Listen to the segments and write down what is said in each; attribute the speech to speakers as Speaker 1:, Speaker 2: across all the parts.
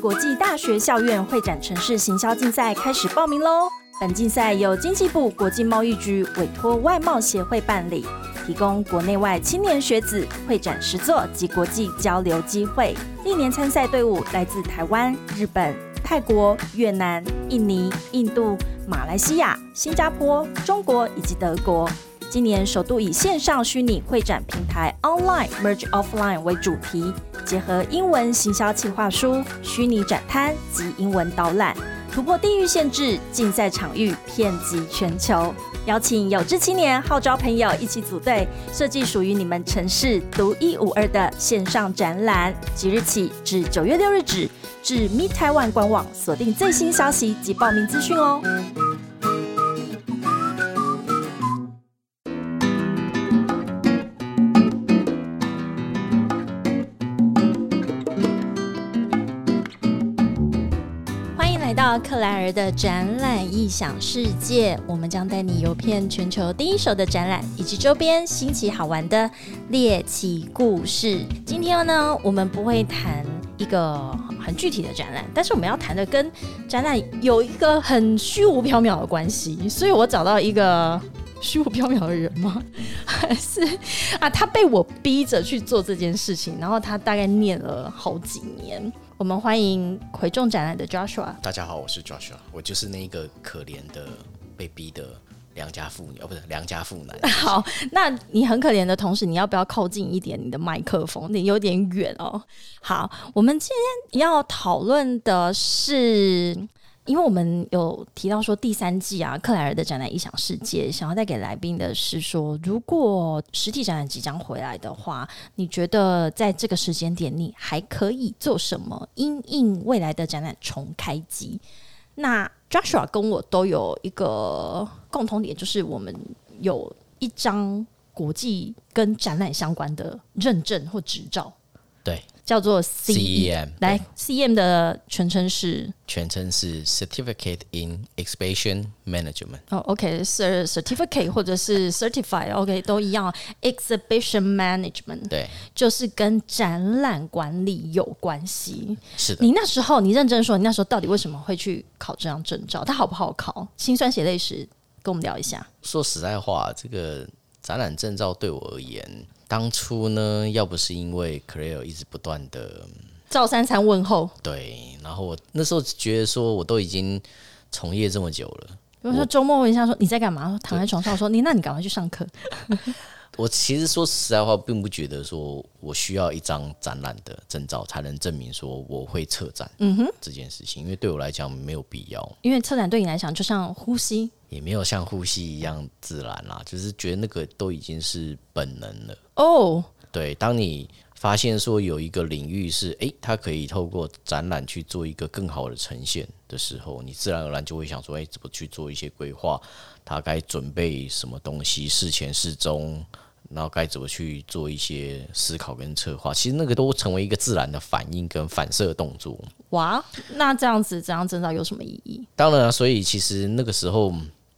Speaker 1: 国际大学校院会展城市行销竞赛开始报名喽！本竞赛由经济部国际贸易局委托外贸协会办理，提供国内外青年学子会展实作及国际交流机会。历年参赛队伍来自台湾、日本、泰国、越南、印尼、印度、马来西亚、新加坡、中国以及德国。今年首度以线上虚拟会展平台 Online Merge Offline 为主题，结合英文行销企划书、虚拟展摊及英文导览，突破地域限制，竞赛场域遍及全球。邀请有志青年号召朋友一起组队，设计属于你们城市独一无二的线上展览。即日起至九月六日止，至 Meet Taiwan 官网锁定最新消息及报名资讯哦。欢迎来到克莱尔的展览异想世界，我们将带你游遍全球第一手的展览以及周边新奇好玩的猎奇故事。今天呢，我们不会谈一个很具体的展览，但是我们要谈的跟展览有一个很虚无缥缈的关系，所以我找到一个。 虚无缥缈的人吗？ 还是啊，他被我逼着去做这件事情，然后他大概念了好几年。我们欢迎葵众展览的 Joshua。
Speaker 2: 大家好，我是 Joshua，我就是那个可怜的被逼的良家妇女，哦，不是良家妇男。
Speaker 1: 好，那你很可怜的同时，你要不要靠近一点你的麦克风？你有点远哦。好，我们今天要讨论的是，因为我们有提到说第三季啊，克莱尔的展览异想世界，想要带给来宾的是说，如果实体展览即将回来的话，你觉得在这个时间点，你还可以做什么？因应未来的展览重开机？那 Joshua 跟我都有一个共同点，就是我们有一张国际跟展览相关的认证或执照，
Speaker 2: 对 E
Speaker 1: 叫做 CE。
Speaker 2: ，CEM
Speaker 1: E 来
Speaker 2: 对
Speaker 1: ，CM 的全称是
Speaker 2: 全称是 Certificate in Exhibition Management。
Speaker 1: 哦，OK，cer certificate 或者是 certified，OK、都一样。Exhibition management
Speaker 2: 对，
Speaker 1: 就是跟展览管理有关系。
Speaker 2: 是的，
Speaker 1: 你那时候，你认真说，你那时候到底为什么会去考这张证照？它好不好考？辛酸血泪史，跟我们聊一下。
Speaker 2: 说实在话，这个展览证照对我而言，当初呢，要不是因为 Clare 一直不断的
Speaker 1: 赵三三问候，
Speaker 2: 对，然后我那时候觉得说，我都已经从业这么久了。
Speaker 1: 比如说周末问一下说你在干嘛，说躺在床上，我说你那你赶快去上课。
Speaker 2: 我其实说实在话，并不觉得说我需要一张展览的证照才能证明说我会策展，嗯哼，这件事情，因为对我来讲没有必要，
Speaker 1: 因为策展对你来讲就像呼吸，
Speaker 2: 也没有像呼吸一样自然啦、就是觉得那个都已经是本能了。
Speaker 1: 哦，
Speaker 2: 对，当你发现说有一个领域是诶，它可以透过展览去做一个更好的呈现的时候，你自然而然就会想说，诶，怎么去做一些规划？它该准备什么东西？事前事中，然后该怎么去做一些思考跟策划？其实那个都成为一个自然的反应跟反射动作。
Speaker 1: 哇，那这样子这张证照有什么意义？
Speaker 2: 当然、啊，所以其实那个时候。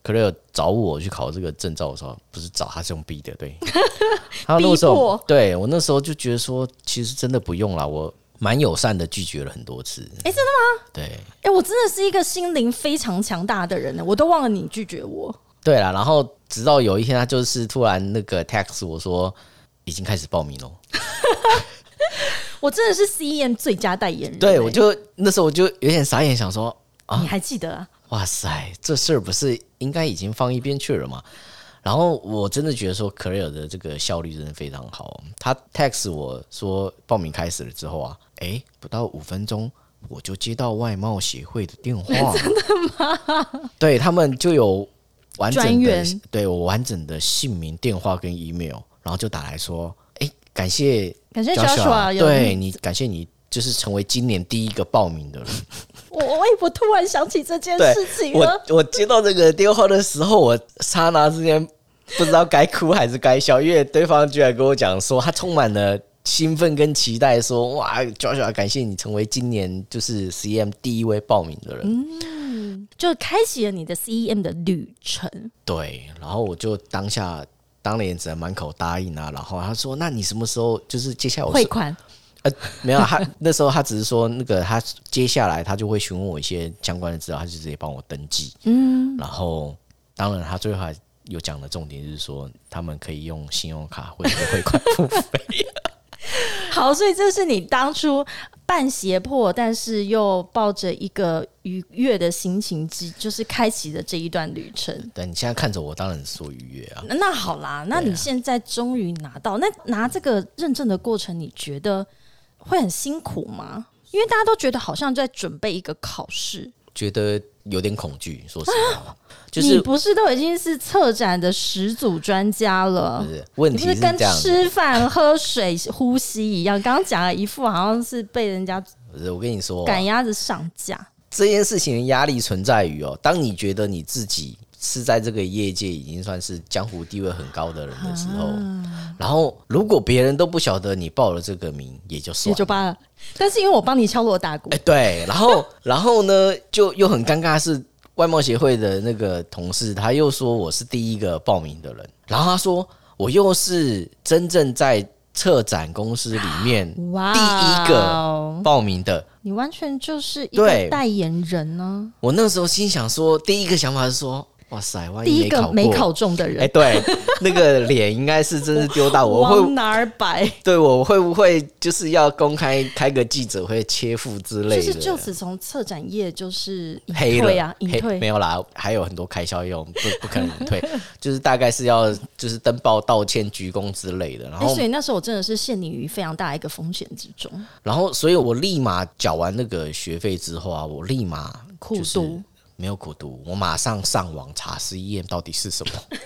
Speaker 2: 克莱尔找我去考这个证照的时候，不是找他是用逼的， 对。他那个时
Speaker 1: 逼
Speaker 2: 候
Speaker 1: 迫，
Speaker 2: 对我那时候就觉得说，其实真的不用啦，我蛮友善的拒绝了很多次。哎、真的吗？对
Speaker 1: 哎、我真的是一个心灵非常强大的人呢，我都忘了你拒绝我。
Speaker 2: 对啦，然后直到有一天，他就是突然那个 text 我说已经开始报名了。
Speaker 1: 我真的是 CEM 最佳代言人欸。
Speaker 2: 对，我就那时候我就有点傻眼，想说
Speaker 1: 你还记得啊？
Speaker 2: 哇塞，这事儿不是应该已经放一边去了吗？然后我真的觉得说 c l a r 的这个效率真的非常好。他 text 我说报名开始了之后啊，诶，不到五分钟我就接到外贸协会的 电话，真的吗？对他们就有完
Speaker 1: 专
Speaker 2: 整的
Speaker 1: 员
Speaker 2: 对我完整的姓名、电话跟 email，然后就打来说，诶，感谢
Speaker 1: 感谢
Speaker 2: Joshua，
Speaker 1: Joshua，有
Speaker 2: 对你感谢你就是成为今年第一个报名的人。
Speaker 1: 我我我突然想起这 件
Speaker 2: 对
Speaker 1: 事情
Speaker 2: 我
Speaker 1: 了。
Speaker 2: 我接到这个电话的时候，我刹那之间不知道该哭还是该笑，因为对方居然跟我讲说他充满了。兴奋跟期待说，哇，Joshua，感谢你成为今年就是 CM 第一位报名的人。
Speaker 1: 就开启了你的 CEM 的旅程。
Speaker 2: 对，然后我就当下当然也只能满口答应啊。然后他说，那你什么时候就是接下来我
Speaker 1: 汇
Speaker 2: 是
Speaker 1: 款
Speaker 2: 呃，没有，他那时候他只是说那个他接下来他就会询问我一些相关的资料，他就直接帮我登记。嗯，然后当然他最后还有讲的重点就是说，他们可以用信用卡或者是汇款付费。
Speaker 1: 好，所以这是你当初半胁迫，但是又抱着一个愉悦的心情之，就是开启的这一段旅程。
Speaker 2: 对你现在看着我，当然说愉悦啊。
Speaker 1: 那那好啦，那你现在终于拿到，那拿这个认证的过程，你觉得会很辛苦吗？因为大家都觉得好像在准备一个考试，
Speaker 2: 觉得有点恐惧，说实话，就
Speaker 1: 你
Speaker 2: 是
Speaker 1: 不是都已经是策展的始祖专家了
Speaker 2: 不？是问
Speaker 1: 你
Speaker 2: 题
Speaker 1: 不是跟
Speaker 2: 这样子，
Speaker 1: 吃饭、喝水、呼吸一样？刚刚讲了一副好像是被人家
Speaker 2: 不是我跟你说，啊
Speaker 1: 赶鸭子上架。
Speaker 2: 这件事情的压力存在于哦，当你觉得你自己是在这个业界已经算是江湖地位很高的人的时候，
Speaker 1: 啊
Speaker 2: 然后如果别人都不晓得你报了这个名，也就算
Speaker 1: 也
Speaker 2: 了。
Speaker 1: 就罢了。但是因为我帮你敲锣打鼓
Speaker 2: 哎、，对，然后 然后呢，就又很尴尬的是。外贸协会的那个同事，他又说我是第一个报名的人，然后他说我又是真正在策展公司里面
Speaker 1: 哇，
Speaker 2: 第一
Speaker 1: 个，
Speaker 2: 报名的，
Speaker 1: 你完全就是一
Speaker 2: 对
Speaker 1: 个代言人呢、
Speaker 2: 我那时候心想说，第一个想法是说，哇塞，万
Speaker 1: 第
Speaker 2: 一
Speaker 1: 一个
Speaker 2: 考
Speaker 1: 没
Speaker 2: 过
Speaker 1: 考中的
Speaker 2: 哎、
Speaker 1: 人，
Speaker 2: 对，那个脸应该是真是丢到啊我，我
Speaker 1: 往
Speaker 2: 会
Speaker 1: 哪儿摆？
Speaker 2: 对我会不会就是要公开开个记者会切腹之类
Speaker 1: 就
Speaker 2: 的？
Speaker 1: 是就此从策展业就是隐
Speaker 2: 黑了
Speaker 1: 退啊，隐
Speaker 2: 黑没
Speaker 1: 退。
Speaker 2: 有啦，还有很多开销用，不不可能隐退，就是大概是要就是登报道歉、鞠躬之类的。然
Speaker 1: 哎，
Speaker 2: 后
Speaker 1: 所，以那时候我真的是陷你于非常大一个风险之中，
Speaker 2: 然后，所以我立马缴完那个学费之后啊，我立马
Speaker 1: 苦
Speaker 2: 就是
Speaker 1: 读。
Speaker 2: 没有苦读，我马上上网查实验到底是什么，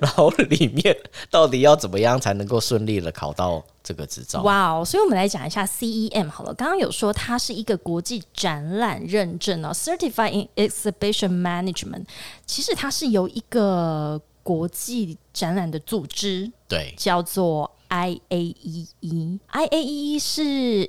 Speaker 2: 然后里面到底要怎么样才能够顺利的考到这个执照。
Speaker 1: 哇哦！所以我们来讲一下 CEM 好了。刚刚有说它是一个国际展览认证哦，Certified in Exhibition Management。其实它是由一个国际展览的组织
Speaker 2: 对，
Speaker 1: 叫做 E IAEE。IAEE E 是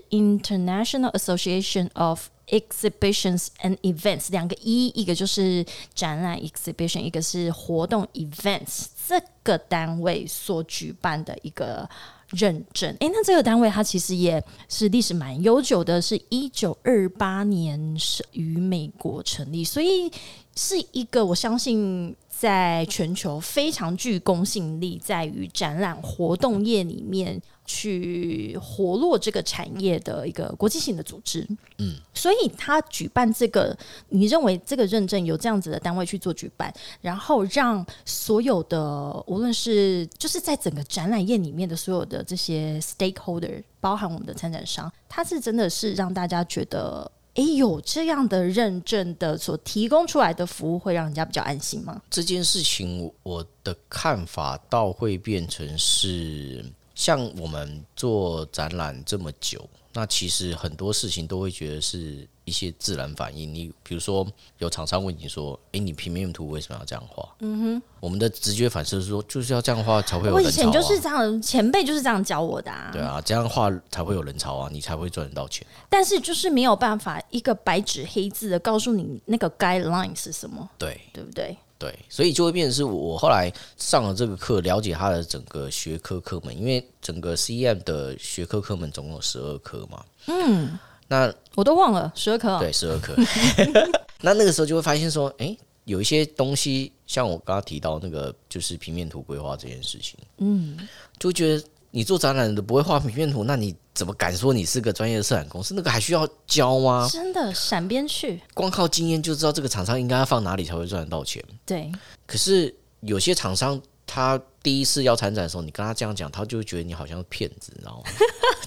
Speaker 1: International Association of Exhibitions and Events，两个一，一个就是展览 exhibition，一个是活动 events。这个单位所举办的一个认证，诶，那这个单位它其实也是历史蛮悠久的，是一九二八年是于美国成立，所以是一个我相信在全球非常具公信力，在于展览活动业里面去活络这个产业的一个国际性的组织。嗯，所以他举办这个，你认为这个认证有这样子的单位去做举办，然后让所有的无论是就是在整个展览业里面的所有的这些 stakeholder，包含我们的参展商，他是真的是让大家觉得。诶，有这样的认证的所提供出来的服务，会让人家比较安心吗？
Speaker 2: 这件事情我，我的看法倒会变成是，像我们做展览这么久，那其实很多事情都会觉得是一些自然反应。你比如说，有厂商问你说：“诶，你平面图为什么要这样画？”嗯哼，我们的直觉反射是说，就是要这样画才会有
Speaker 1: 我
Speaker 2: 人
Speaker 1: 以
Speaker 2: 潮、
Speaker 1: 前
Speaker 2: 啊。
Speaker 1: 就是这样，前辈就是这样教我的啊。
Speaker 2: 对啊，这样画才会有人潮啊，你才会赚得到钱。
Speaker 1: 但是就是没有办法一个白纸黑字的告诉你那个 guideline 是什么，
Speaker 2: 对，
Speaker 1: 对不对？
Speaker 2: 对，所以就会变成是我后来上了这个课，了解它的整个学科课门，因为整个 CEM 的学科课门总共有十二科嘛。嗯，那
Speaker 1: 我都忘了，十二颗哦
Speaker 2: 对，十二科。 那那个时候就会发现说，诶，有一些东西，像我刚刚提到那个，就是平面图规划这件事情，嗯，就觉得你做展览的不会画平面图，那你怎么敢说你是个专业的策展公司？那个还需要教吗？
Speaker 1: 真的闪边去。
Speaker 2: 光靠经验就知道这个厂商应该要放哪里才会赚得到钱。
Speaker 1: 对，
Speaker 2: 可是有些厂商他第一次要参展的时候，你跟他这样讲，他就会觉得你好像是骗子，你知道吗？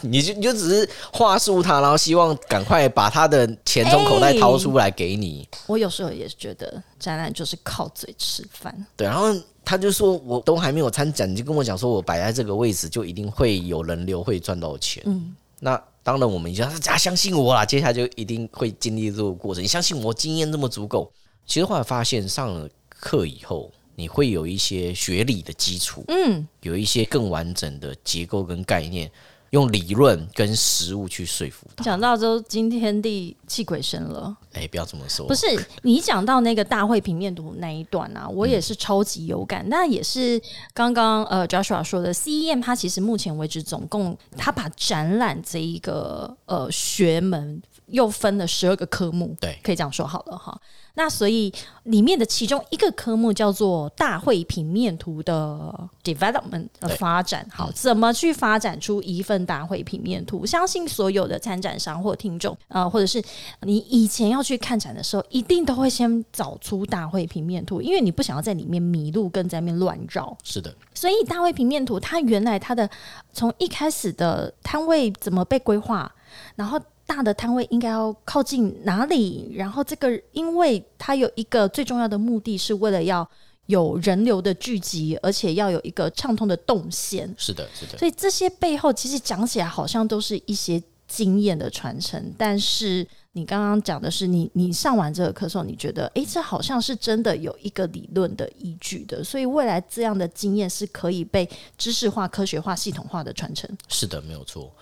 Speaker 2: 你就你就只是话术他，然后希望赶快把他的钱从口袋掏出来给你。
Speaker 1: 我有时候也是觉得展览就是靠嘴吃饭。
Speaker 2: 对，然后他就说我都还没有参展，你就跟我讲说我摆在这个位置就一定会有人流，会赚到钱。嗯，那当然我们就啊相信我啦，接下来就一定会经历这个过程。你相信我经验这么足够，其实后来发现上了课以后，你会有一些学理的基础，嗯，有一些更完整的结构跟概念。用理论跟实物去说服他。
Speaker 1: 讲到都惊天地泣鬼神了，
Speaker 2: 哎、不要这么说，
Speaker 1: 不是你讲到那个大会平面图那一段啊，我也是超级有感。那也是刚刚呃 Joshua 说的，CEM 它其实目前为止总共它把展览这一个呃学门又分了十二个科目，
Speaker 2: 对
Speaker 1: 可以这样说好了哈。那所以里面的其中一个科目叫做大会平面图的 development 的
Speaker 2: 对嗯
Speaker 1: 发展，好，怎么去发展出一份大会平面图？相信所有的参展商或听众，呃，或者是你以前要去看展的时候，一定都会先找出大会平面图，因为你不想要在里面迷路，跟在里面乱绕。
Speaker 2: 是的，
Speaker 1: 所以大会平面图，它原来它的从一开始的摊位怎么被规划，然后大的摊位应该要靠近哪里，然后这个因为它有一个最重要的目的是为了要有人流的聚集，而且要有一个畅通的动线，
Speaker 2: 是的，是的。
Speaker 1: 所以这些背后其实讲起来好像都是一些经验的传承，但是你刚刚讲的是你你上完这个课之后，你觉得诶，这好像是真的有一个理论的依据的，所以未来这样的经验是可以被知识化、科学化、系统化的传承。
Speaker 2: 是的，没有错。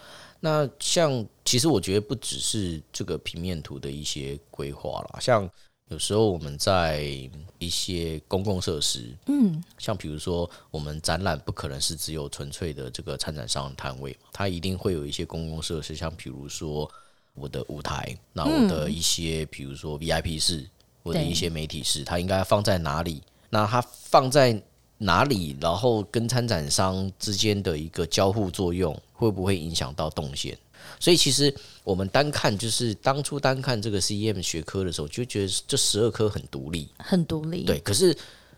Speaker 2: 那像其实我觉得不只是这个平面图的一些规划啦，像有时候我们在一些公共设施，嗯，像比如说我们展览不可能是只有纯粹的这个参展商的摊位嘛，它一定会有一些公共设施，像比如说我的舞台，那我的一些比如说 VIP 室，我的
Speaker 1: 对
Speaker 2: 一些媒体室，它应该放在哪里？那它放在哪里，然后跟参展商之间的一个交互作用，会不会影响到动线？所以其实我们单看就是当初单看这个 CEM 学科的时候，就觉得这十二科很独立，
Speaker 1: 很独立，
Speaker 2: 对。可是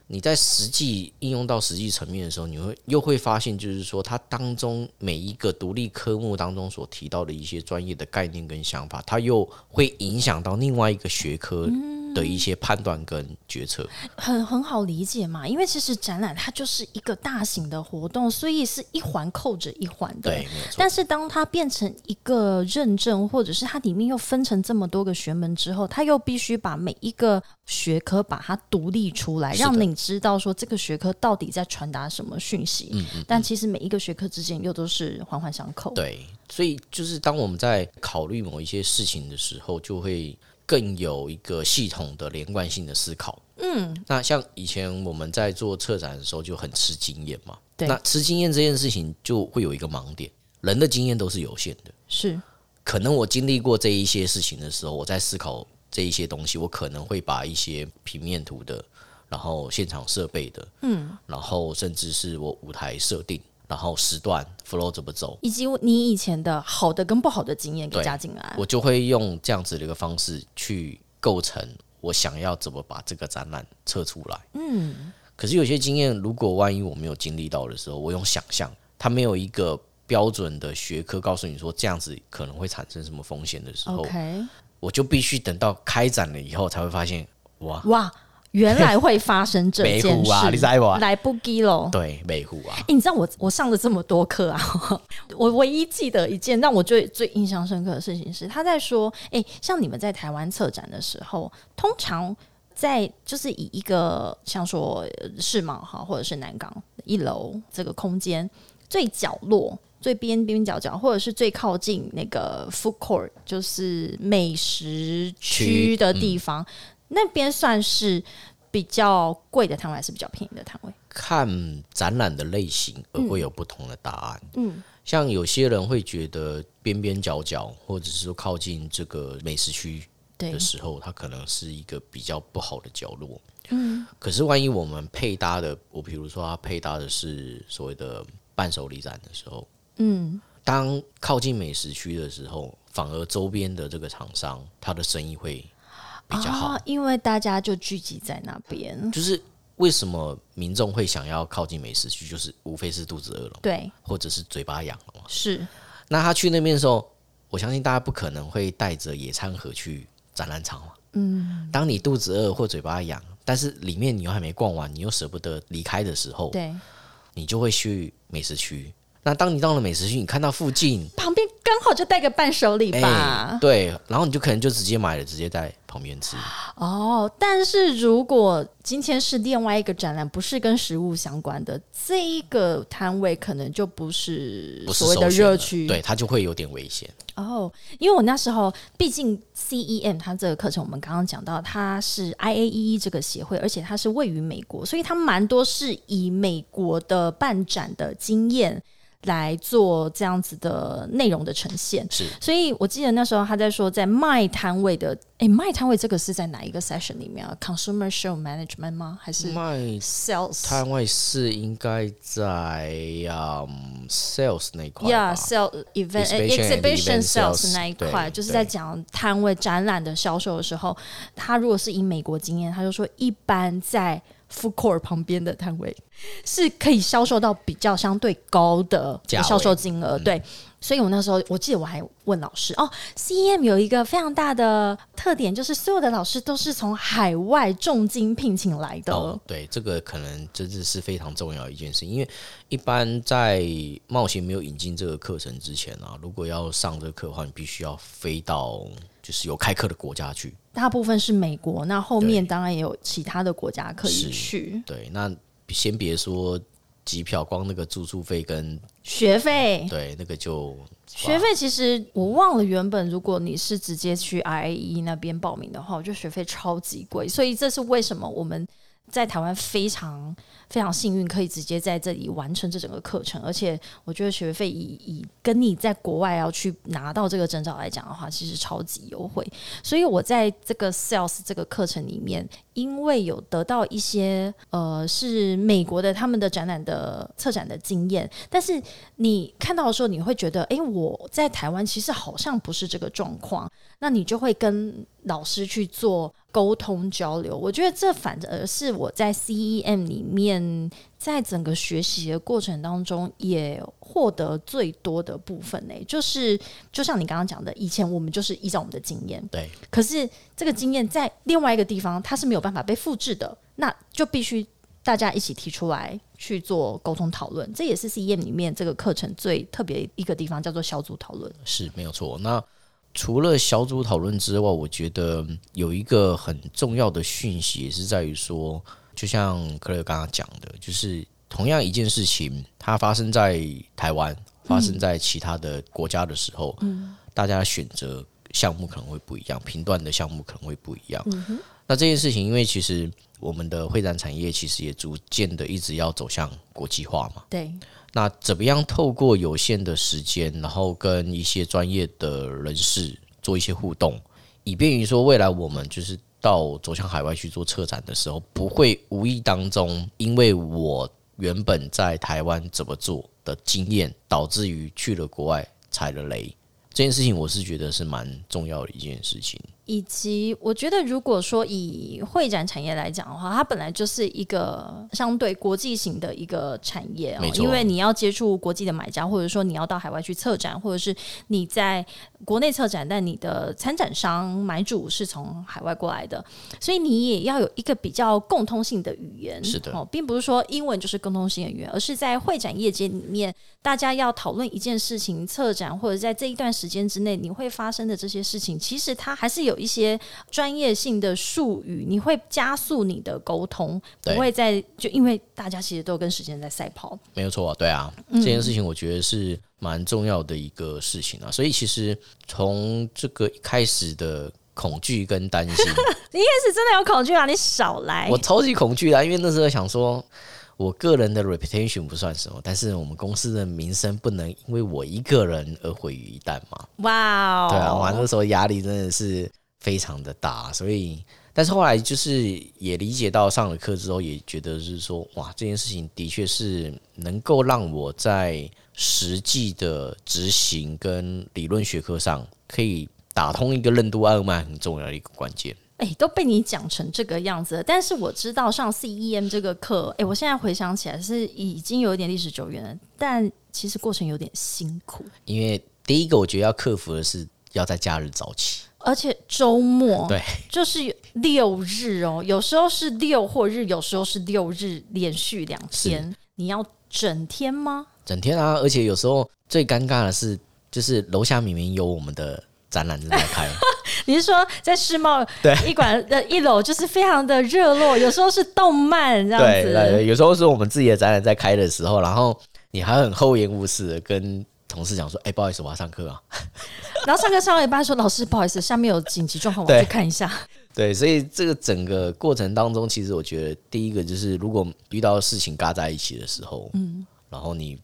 Speaker 2: 你在实际应用到实际层面的时候，你会又会发现，就是说它当中每一个独立科目当中所提到的一些专业的概念跟想法，它又会影响到另外一个学科的一些判断跟决策。
Speaker 1: 很很好理解嘛。因为其实展览它就是一个大型的活动，所以是一环扣着一环的。
Speaker 2: 对，没有错。
Speaker 1: 但是当它变成一个认证，或者是它里面又分成这么多个学门之后，它又必须把每一个学科把它独立出来，
Speaker 2: 是的
Speaker 1: 让你知道说这个学科到底在传达什么讯息。但其实每一个学科之间又都是环环相扣。
Speaker 2: 嗯对，所以就是当我们在考虑某一些事情的时候，就会更有一个系统的连贯性的思考。嗯，那像以前我们在做策展的时候就很吃经验嘛，
Speaker 1: 对
Speaker 2: 那吃经验这件事情就会有一个盲点，人的经验都是有限的。
Speaker 1: 是
Speaker 2: 可能我经历过这一些事情的时候，我在思考这一些东西，我可能会把一些平面图的，然后现场设备的，嗯，然后甚至是我舞台设定，然后时段 flow 怎么走，
Speaker 1: 以及你以前的好的跟不好的经验给
Speaker 2: 对
Speaker 1: 加进来。
Speaker 2: 我就会用这样子的一个方式去构成我想要怎么把这个展览测出来。嗯，可是有些经验，如果万一我没有经历到的时候，我用想象，它没有一个标准的学科告诉你说这样子可能会产生什么风险的时候
Speaker 1: OK，
Speaker 2: 我就必须等到开展了以后才会发现，哇，
Speaker 1: 哇，原来会发生这
Speaker 2: 没
Speaker 1: 件
Speaker 2: 谱
Speaker 1: 事，
Speaker 2: 啊你知道吧
Speaker 1: 来不及喽。
Speaker 2: 对，美户啊，
Speaker 1: 欸、你知道我我上了这么多课啊，我唯一记得一件让我最最印象深刻的事情是，他在说，哎、像你们在台湾策展的时候，通常在就是以一个像说呃世贸哈，或者是南港一楼这个空间最角落。最边边角角，或者是最靠近那个 food court，就是美食区
Speaker 2: 区
Speaker 1: 的地方，那边算是比较贵的摊位，还是比较便宜的摊位？
Speaker 2: 看展览的类型而会有不同的答案。
Speaker 1: 嗯，
Speaker 2: 像有些人会觉得边边角角，或者是说靠近这个美食区
Speaker 1: 对
Speaker 2: 的，时候，它可能是一个比较不好的角落。嗯，可是万一我们配搭的，我比如说它配搭的是所谓的伴手礼展的时候，
Speaker 1: 嗯，
Speaker 2: 当靠近美食区的时候，反而周边的这个厂商它的生意会比较好。
Speaker 1: 啊，因为大家就聚集在那边。
Speaker 2: 就是为什么民众会想要靠近美食区，就是无非是肚子饿了，
Speaker 1: 对，
Speaker 2: 或者是嘴巴痒了嘛。
Speaker 1: 是
Speaker 2: 那他去那边的时候，我相信大家不可能会带着野餐盒去展览场嘛。嗯，当你肚子饿或嘴巴痒，但是里面你又还没逛完，你又舍不得离开的时候，
Speaker 1: 对。
Speaker 2: 你就会去美食区。那当你到了美食区，你看到附近
Speaker 1: 旁边刚好就带个伴手礼吧。
Speaker 2: 哎对，然后你就可能就直接买了，直接在旁边吃。
Speaker 1: 哦，但是如果今天是另外一个展览，不是跟食物相关的，这一个摊位可能就不是
Speaker 2: 不是
Speaker 1: 所谓的
Speaker 2: 首选
Speaker 1: 热
Speaker 2: 了
Speaker 1: 区。
Speaker 2: 对，它就会有点危险。
Speaker 1: 哦，因为我那时候毕竟 CEM 它这个课程，我们刚刚讲到，它是 IAEE E 这个协会，而且它是位于美国，所以它蛮多是以美国的办展的经验来做这样子的内容的呈现。
Speaker 2: 是
Speaker 1: 所以我记得那时候他在说，在卖摊位的，诶，卖摊位这个是在哪一个 session 里面啊？Consumer Show Management 吗？还是
Speaker 2: 卖
Speaker 1: Sales？
Speaker 2: 摊位是应该在嗯 sales 那一块吧
Speaker 1: Yeah, sell event
Speaker 2: Exhibition and
Speaker 1: exhibition
Speaker 2: event
Speaker 1: sales
Speaker 2: sales，
Speaker 1: 那一
Speaker 2: 对
Speaker 1: 块，就是
Speaker 2: 对
Speaker 1: 在讲摊位展览的销售的时候，他如果是以美国经验，他就说一般在 food court 旁边的摊位是可以销售到比较相对高的
Speaker 2: 价位嗯
Speaker 1: 销售金额，对。所以我那时候我记得我还问老师哦，CEM 有一个非常大的特点，就是所有的老师都是从海外重金聘请来的。
Speaker 2: 哦，对，这个可能真的是非常重要的一件事，因为一般在冒险没有引进这个课程之前啊，如果要上这个课的话，你必须要飞到就是有开课的国家去。
Speaker 1: 大部分是美国，那后面
Speaker 2: 对
Speaker 1: 当然也有其他的国家可以
Speaker 2: 是
Speaker 1: 去
Speaker 2: 对，那先别说机票，光那个住宿费跟
Speaker 1: 学费。
Speaker 2: 对那个就
Speaker 1: 学费其实我忘了，原本如果你是直接去 IAE 那边报名的话，我觉得学费超级贵，所以这是为什么我们在台湾非常非常幸运，可以直接在这里完成这整个课程。而且我觉得学费以以跟你在国外要去拿到这个证照来讲的话，其实超级优惠。所以我在这个 sales 这个课程里面，因为有得到一些呃是美国的他们的展览的策展的经验，但是你看到的时候，你会觉得，诶，我在台湾其实好像不是这个状况，那你就会跟老师去做沟通交流。我觉得这反而是我在 CEM 里面，在整个学习的过程当中也获得最多的部分呢、就是就像你刚刚讲的，以前我们就是依照我们的经验，
Speaker 2: 对
Speaker 1: 可是这个经验在另外一个地方它是没有办法被复制的，那就必须大家一起提出来去做沟通讨论。这也是 CEM 里面这个课程最特别一个地方，叫做小组讨论。
Speaker 2: 是没有错。那除了小组讨论之外，我觉得有一个很重要的讯息也是在于说，就像克雷刚刚讲的，就是同样一件事情，它发生在台湾，发生在其他的国家的时候，大家的选择项目可能会不一样，评断的项目可能会不一样。那这件事情，因为其实我们的会展产业其实也逐渐的一直要走向国际化嘛。
Speaker 1: 对，
Speaker 2: 那怎么样透过有限的时间，然后跟一些专业的人士做一些互动，以便于说未来我们就是到走向海外去做策展的时候，不会无意当中因为我原本在台湾怎么做的经验，导致于去了国外踩了雷。这件事情我是觉得是蛮重要的一件事情，
Speaker 1: 以及我觉得，如果说以会展产业来讲的话，它本来就是一个相对国际型的一个产业、哦
Speaker 2: 没，错
Speaker 1: 因为你要接触国际的买家，或者说你要到海外去策展，或者是你在国内策展，但你的参展商买主是从海外过来的，所以你也要有一个比较共通性的语言。
Speaker 2: 是的
Speaker 1: 哦，并不是说英文就是共通性的语言，而是在会展业界里面，大家要讨论一件事情、策展，或者在这一段时间之内你会发生的这些事情，其实它还是有一些专业性的术语，你会加速你的沟通，不
Speaker 2: 对
Speaker 1: 会在就因为大家其实都跟时间在赛跑。
Speaker 2: 没有错啊，对啊，这件事情我觉得是蛮重要的一个事情啊，所以其实从这个一开始的恐惧跟担心，
Speaker 1: 但是真的有恐惧啊，你少来
Speaker 2: 我。超级恐惧的啊，因为那时候想说，我个人的 reputation 不算什么，但是我们公司的名声不能因为我一个人而毁于一旦嘛。
Speaker 1: 哇哦，
Speaker 2: 对啊，哇，那时候压力真的是非常的大，所以。但是后来就是也理解到上了课之后，也觉得是说，哇，这件事情的确是能够让我在实际的执行跟理论学科上，可以打通一个任督二脉很重要的一个关键。
Speaker 1: 哎、都被你讲成这个样子了。但是我知道上 CEM 这个课，哎、我现在回想起来是已经有一点历史久远了，但其实过程有点辛苦，
Speaker 2: 因为第一个我觉得要克服的是要在假日早起，
Speaker 1: 而且周末
Speaker 2: 对，
Speaker 1: 就是六日哦，有时候是六或日，有时候是六日连续两天，你要整天吗？
Speaker 2: 整天啊，而且有时候最尴尬的是就是楼下明明有我们的展览正在开，
Speaker 1: 你是说在世贸
Speaker 2: 对
Speaker 1: 一馆 的一楼就是非常的热络，有时候是动漫这样
Speaker 2: 对对
Speaker 1: 子，
Speaker 2: 对，有时候是我们自己的展览在开的时候，然后你还很厚颜无耻的跟同事讲说：“哎、不好意思，我要上课啊。”
Speaker 1: 然后上课上到一半说：“老师，不好意思，下面有紧急状况，我
Speaker 2: 对
Speaker 1: 去看一下。
Speaker 2: 对，所以这个整个过程当中，其实我觉得第一个就是，如果遇到事情嘎在一起的时候，嗯，然后你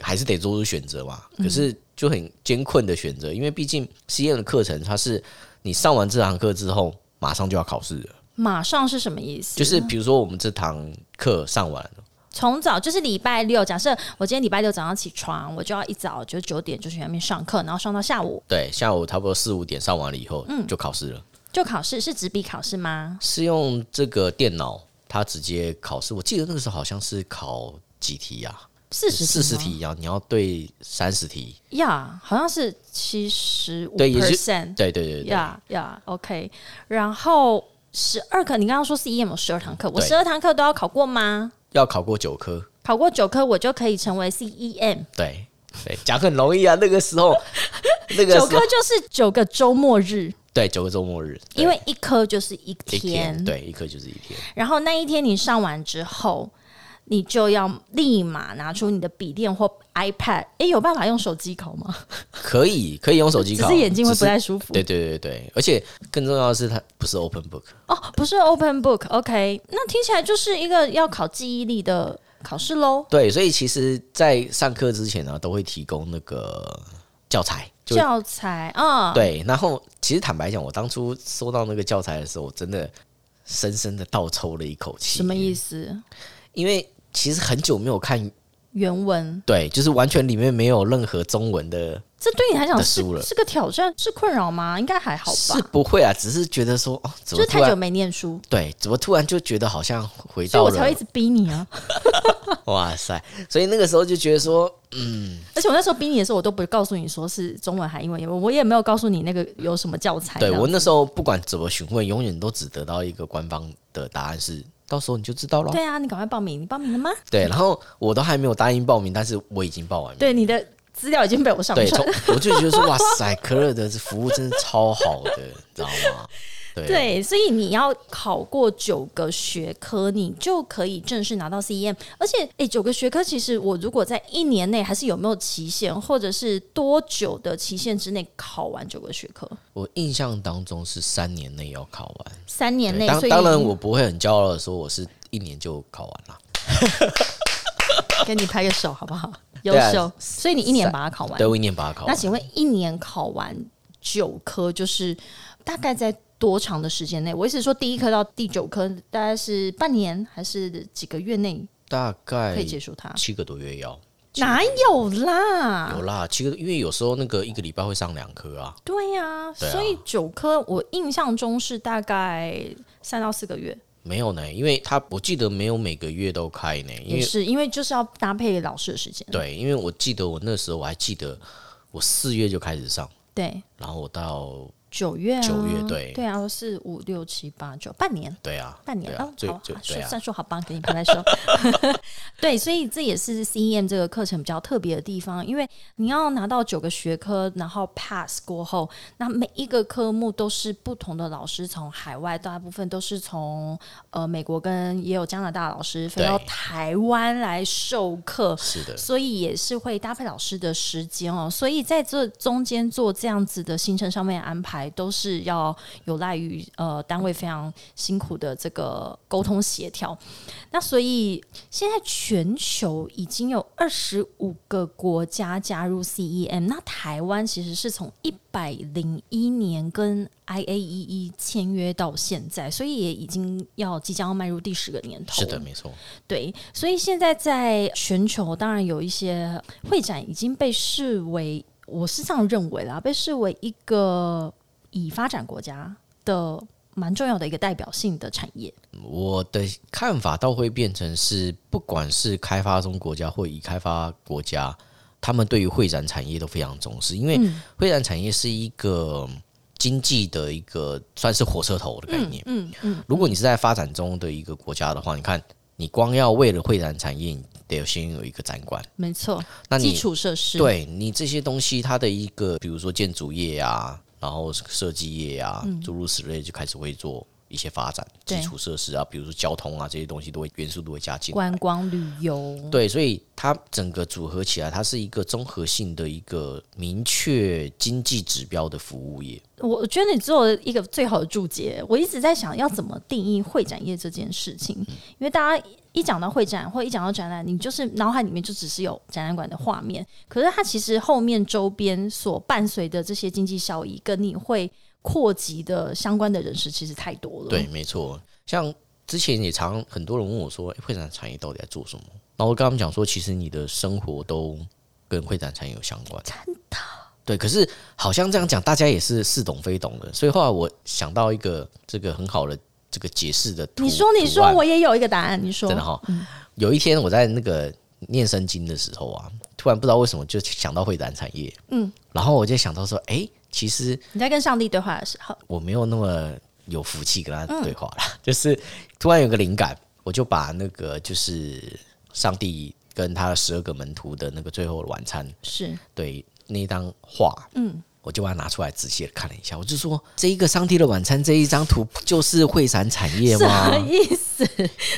Speaker 2: 还是得做出选择嘛，可是就很艰困的选择，因为毕竟 C M 的课程它是你上完这堂课之后，马上就要考试了，”
Speaker 1: 马上是什么意思？
Speaker 2: 就是比如说我们这堂课上完了，
Speaker 1: 从早就是礼拜六，假设我今天礼拜六早上起床，我就要一早就九点就去那边上课，然后上到下午
Speaker 2: 对，下午差不多四五点上完了以后，嗯，就考试了，
Speaker 1: 就考试，是纸笔考试吗？
Speaker 2: 是用这个电脑它直接考试，我记得那个时候好像是考几题呀、啊，
Speaker 1: 四十
Speaker 2: 四十
Speaker 1: 吗
Speaker 2: 题呀、你要对三十题。
Speaker 1: 呀好像是七十五
Speaker 2: 对也是
Speaker 1: percent，
Speaker 2: 对对对对
Speaker 1: 呀呀，OK。然后十二课，你刚刚说 CEM 有十二堂课，我
Speaker 2: 对
Speaker 1: 十二堂课都要考过吗？
Speaker 2: 要考过九科，
Speaker 1: 考过九科，我就可以成为 E CEM。
Speaker 2: 对对，讲很容易啊。那个时候，那个
Speaker 1: 九
Speaker 2: 时
Speaker 1: 科
Speaker 2: 候，
Speaker 1: 就是九个周末日，
Speaker 2: 对九个周末日，对
Speaker 1: 因为一科就是一
Speaker 2: 一
Speaker 1: 天，
Speaker 2: 天，对一科就是一天，
Speaker 1: 然后那一天你上完之后，你就要立马拿出你的笔电或 iPad。诶，有办法用手机考吗？
Speaker 2: 可以可以用手机
Speaker 1: 只
Speaker 2: 考，
Speaker 1: 是眼睛会不
Speaker 2: 只是
Speaker 1: 太舒服。
Speaker 2: 对对对对，而且更重要的是，它不是 open book，
Speaker 1: 哦，不是 Open Book，OK，、那听起来就是一个要考记忆力的考试喽。
Speaker 2: 对，所以其实，在上课之前呢、啊都会提供那个教材，就
Speaker 1: 教材啊，
Speaker 2: 对。然后，其实坦白讲，我当初收到那个教材的时候，我真的深深的倒抽了一口气，
Speaker 1: 什么意思？
Speaker 2: 因为其实很久没有看，
Speaker 1: 原文，
Speaker 2: 对，就是完全里面没有任何中文的
Speaker 1: 这对你来讲
Speaker 2: 的
Speaker 1: 是
Speaker 2: 书了
Speaker 1: 是个挑战，是困扰吗？应该还好
Speaker 2: 是
Speaker 1: 吧，
Speaker 2: 不会啊，只是觉得说哦，怎
Speaker 1: 就
Speaker 2: 么
Speaker 1: 是太
Speaker 2: 突
Speaker 1: 久
Speaker 2: 然
Speaker 1: 没念书，
Speaker 2: 对，怎么突然就觉得好像回
Speaker 1: 所以
Speaker 2: 到
Speaker 1: 我才会一
Speaker 2: 了
Speaker 1: 直逼你 啊。
Speaker 2: 哇塞，所以那个时候就觉得说，
Speaker 1: 而且我那时候逼你的时候，我都不告诉你说是中文还英文，我我也没有告诉你那个有什么教材这
Speaker 2: 对
Speaker 1: 样。
Speaker 2: 我那时候不管怎么询问，永远都只得到一个官方的答案是，到时候你就知道了。
Speaker 1: 对啊，你赶快报名，你报名了吗？
Speaker 2: 对，然后我都还没有答应报名，但是我已经报完名。
Speaker 1: 对，你的资料已经被我上
Speaker 2: 对，
Speaker 1: 传。
Speaker 2: 从我就觉得说，哇塞， 可乐的服务真的超好的，你知道吗？对，
Speaker 1: 对，所以你要考过九个学科，你就可以正式拿到 CEM。而且，诶，九个学科其实我如果在一年内，还是有没有期限，或者是多久的期限之内考完九个学科？
Speaker 2: 我印象当中是三年内要考完。
Speaker 1: 三年
Speaker 2: 对
Speaker 1: 内，
Speaker 2: 当
Speaker 1: 所以
Speaker 2: 当然我不会很骄傲的说我是一年就考完了。
Speaker 1: 给你拍个手好不好？优
Speaker 2: 对啊
Speaker 1: 秀，所以你一年把它考完
Speaker 2: 对，。我一年把它考
Speaker 1: 那
Speaker 2: 完。
Speaker 1: 请问一年考完九科，就是大概在多长的时间内？我意思是说，第一科到第九科大概是半年还是几个月内
Speaker 2: 大概
Speaker 1: 可以结束它？
Speaker 2: 七哎个多月要
Speaker 1: 哪有啦啊
Speaker 2: 有？啦，七个，因为有时候那个一个礼拜会上两科啊。
Speaker 1: 对呀、
Speaker 2: 对啊
Speaker 1: 所以九科我印象中是大概三到四个月，
Speaker 2: 没有呢，因为他我记得没有每个月都开呢，因
Speaker 1: 也
Speaker 2: 为
Speaker 1: 是因哦为就是要搭配老师的时间。
Speaker 2: 对，因为我记得我那时候我还记得我四月就开始上，
Speaker 1: 对，
Speaker 2: 然后我到
Speaker 1: 九月啊，
Speaker 2: 九月对
Speaker 1: 对啊，四五六七八九，半年。
Speaker 2: 对啊，
Speaker 1: 半年
Speaker 2: 对
Speaker 1: 哦
Speaker 2: 啊，，最
Speaker 1: 好，
Speaker 2: 最
Speaker 1: 好
Speaker 2: 对
Speaker 1: 算
Speaker 2: 啊，
Speaker 1: 算数好棒，给你拍拍手。 对，所以这也是 CEM 这个课程比较特别的地方，因为你要拿到九个学科，然后 pass 过后，那每一个科目都是不同的老师从海外，大部分都是从呃美国跟也有加拿大老师飞到
Speaker 2: 对
Speaker 1: 台湾来授课，
Speaker 2: 是的，
Speaker 1: 所以也是会搭配老师的时间哦。所以在这中间做这样子的行程上面安排，都是要有赖于呃单位非常辛苦的这个沟通协调。那所以现在全球已经有二十五个国家加入 CEM，那台湾其实是从一百零一年跟 IAEE E 签约到现在，所以也已经要即将要迈入第十个年头。
Speaker 2: 是的，没错，
Speaker 1: 对，所以现在在全球，当然有一些会展已经被视为，我是这样认为啦，被视为一个已发展国家的蛮重要的一个代表性的产业。
Speaker 2: 我的看法倒会变成是，不管是开发中国家或已开发国家，他们对于会展产业都非常重视，因为会展产业是一个经济的一个算是火车头的概念。嗯嗯，如果你是在发展中的一个国家的话，你看你光要为了会展产业，你得有先有一个展馆。
Speaker 1: 没错，
Speaker 2: 那你
Speaker 1: 基础设施，
Speaker 2: 对你这些东西，它的一个比如说建筑业啊，然后设计业啊，诸如此类，就开始会做一些发展，
Speaker 1: 对
Speaker 2: 基础设施啊，比如说交通啊这些东西都会元素都会加进来。
Speaker 1: 观光旅游，
Speaker 2: 对，所以它整个组合起来，它是一个综合性的一个明确经济指标的服务业。
Speaker 1: 我我觉得你做了一个最好的注解。我一直在想要怎么定义会展业这件事情，
Speaker 2: 嗯
Speaker 1: 因为大家一讲到会展或一讲到展览，你就是脑海里面就只是有展览馆的画面，可是它其实后面周边所伴随的这些经济效益，跟你会扩及的相关的人士其实太多了。
Speaker 2: 对，，没错。像之前也常很多人问我说，诶哎会展产业到底在做什么？然后我跟他们讲说，其实你的生活都跟会展产业有相关。真的？对，可是好像这样讲，大家也是似懂非懂的。所以后来我想到一个这个很好的这个解释的图，
Speaker 1: 你说你
Speaker 2: 图
Speaker 1: 说
Speaker 2: 案
Speaker 1: 我也有一个答案，你说
Speaker 2: 真的哈、有一天我在那个念圣经的时候啊，突然不知道为什么就想到会展产业，嗯，然后我就想到说，诶，其实
Speaker 1: 你在跟上帝对话的时候，
Speaker 2: 我没有那么有福气跟他对话啦， 就是突然有个灵感，我就把那个就是上帝跟他的十二个门徒的那个最后的晚餐，
Speaker 1: 是
Speaker 2: 对那一张画，嗯，我就把它拿出来仔细的看了一下，我就说这一个上帝的晚餐这一张图不就是啊会展产业
Speaker 1: 什
Speaker 2: 吗
Speaker 1: 么？意 思？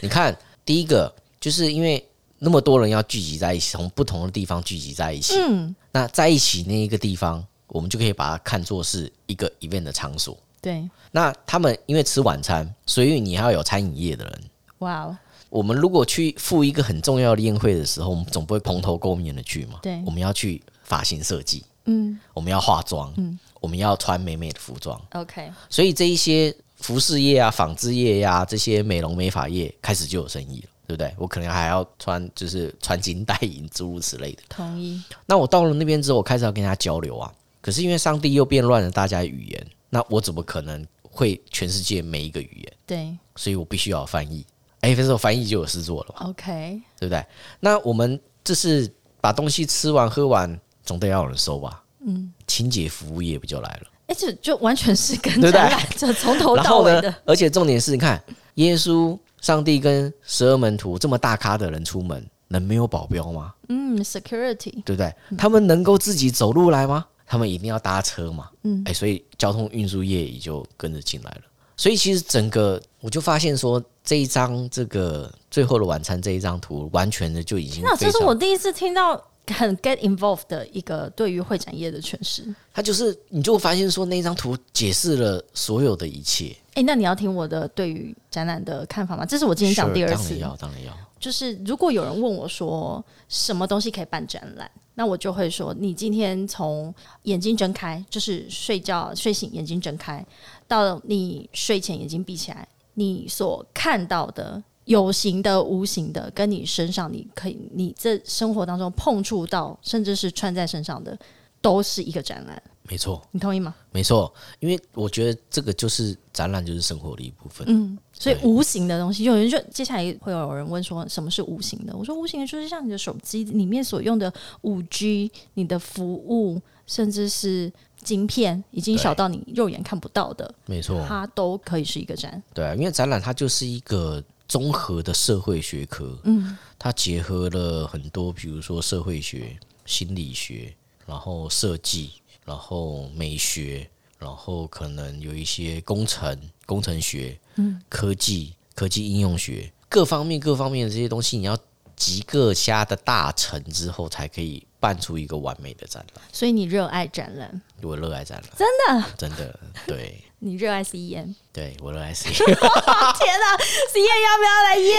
Speaker 2: 你看，第一个就是因为那么多人要聚集在一起，从不同的地方聚集在一起，
Speaker 1: 嗯，
Speaker 2: 那在一起那一个地方，我们就可以把它看作是一个 event 的场所。
Speaker 1: 对，
Speaker 2: 那他们因为吃晚餐，所以你还要有餐饮业的人。
Speaker 1: 哇哦，
Speaker 2: 我们如果去赴一个很重要的宴会的时候，我们总不会蓬头垢面的去嘛。
Speaker 1: 对
Speaker 2: 我们要去发型设计，
Speaker 1: 嗯
Speaker 2: 我们要化妆，我们要穿美美的服装。
Speaker 1: ，OK，
Speaker 2: 所以这一些服饰业啊、纺织业呀、这些美容美发业开始就有生意了，对不对？我可能还要穿就是穿金戴银诸如此类 的。
Speaker 1: 同意，
Speaker 2: 那我到了那边之后，我开始要跟他交流啊。可是因为上帝又变乱了大家的语言，那我怎么可能会全世界每一个语言？
Speaker 1: 对
Speaker 2: 所以我必须要有翻译。哎，这时候翻译就有事做了嘛，
Speaker 1: ，OK，
Speaker 2: 对不对？那我们这是把东西吃完喝完，总得要有人收吧？嗯，清洁服务业不就来了？
Speaker 1: 而且哎就完全是跟
Speaker 2: 对不对
Speaker 1: 展览就从头
Speaker 2: 然
Speaker 1: 嗯到
Speaker 2: 后
Speaker 1: 尾
Speaker 2: 呢
Speaker 1: 的，，
Speaker 2: 而且重点是，你看耶稣、上帝跟十二门徒这么大咖的人出门，能没有保镖吗？
Speaker 1: 嗯，security，
Speaker 2: 对不对？
Speaker 1: 嗯
Speaker 2: 他们能够自己走路来吗？他们一定要搭车嘛。嗯，哎、所以交通运输业也就跟着进来了。所以其实整个我就发现说，这一张这个最后的晚餐这一张图，完全的就已经
Speaker 1: 那
Speaker 2: 非
Speaker 1: 这是我
Speaker 2: 常，
Speaker 1: 第一次听到很 get involved 的一个对于会展业的诠释。
Speaker 2: 它就是你就发现说那张图解释了所有的一切。
Speaker 1: 诶，哎那你要听我的对于展览的看法吗？这是我今天讲第
Speaker 2: Sure，
Speaker 1: 二
Speaker 2: 当
Speaker 1: 次
Speaker 2: 然，要，当然要。
Speaker 1: 就是如果有人问我说什么东西可以办展览，那我就会说，你今天从眼睛睁开，就是睡觉睡醒眼睛睁开，到你睡前眼睛闭起来，你所看到的。有形的、无形的，跟你身上，你可以，你这生活当中碰触到，甚至是穿在身上的，都是一个展览。
Speaker 2: 没错，
Speaker 1: 你同意吗？
Speaker 2: 没错，因为我觉得这个就是展览，就是生活的一部
Speaker 1: 嗯
Speaker 2: 分。
Speaker 1: 所以无形的东西，有人就接下来会有人问说什么是无形的？我说无形的就是像你的手机里面所用的五 G，你的服务，甚至是晶片，已经
Speaker 2: 对哦
Speaker 1: 小到你肉眼看不到的，
Speaker 2: 没错，
Speaker 1: 它都可以是一个展。
Speaker 2: 对啊，因为展览它就是一个综合的社会学科，嗯，它结合了很多，比如说社会学、心理学，然后设计，然后美学，然后可能有一些工程、工程学，嗯，科技、科技应用学，各方面各方面的这些东西，你要集各家的大成之后，才可以办出一个完美的展览。
Speaker 1: 所以你热爱展览，
Speaker 2: 我热爱展览，真的，真的，对。
Speaker 1: 你热爱 CEM。
Speaker 2: 对，我热爱 C，
Speaker 1: 天哪、c e m 要不要来夜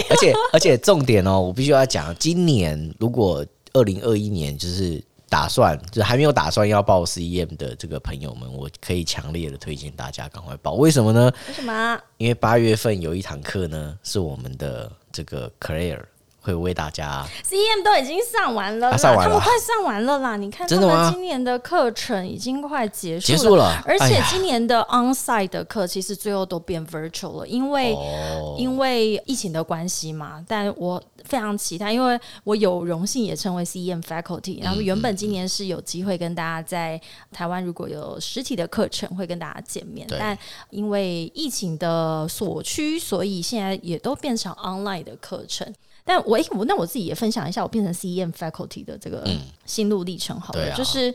Speaker 1: 配？
Speaker 2: 而且 而且重点哦，我必须要讲，今年如果二零二一年就是打算，就是还没有打算要报 CEM 的这个朋友们，我可以强烈的推荐大家赶快报。为什么呢？
Speaker 1: 为什么啊？
Speaker 2: 因为八月份有一堂课呢，是我们的这个 Claire 会为大家
Speaker 1: CEM E 都已经上完了啦，
Speaker 2: 啊上完
Speaker 1: 他
Speaker 2: 了
Speaker 1: 们快上完了啦！你看，他
Speaker 2: 真的吗
Speaker 1: 们今年的课程已经快结束
Speaker 2: 结束了，
Speaker 1: 而
Speaker 2: 哎
Speaker 1: 且
Speaker 2: 呀
Speaker 1: 今年的 onsite 的课其实最后都变 virtual 了，因为、
Speaker 2: 哦，
Speaker 1: 因为疫情的关系嘛。但我非常期待，因为我有荣幸也成为 CEM
Speaker 2: 嗯
Speaker 1: faculty，然后原本今年是有机会跟大家在台湾如果有实体的课程会跟大家见面，
Speaker 2: 对
Speaker 1: 但因为疫情的所趋，所以现在也都变成 online 的课程。但我诶我那我自己也分享一下，我变成 CEM faculty 的这个心路历程好了，
Speaker 2: 嗯对啊
Speaker 1: 就是。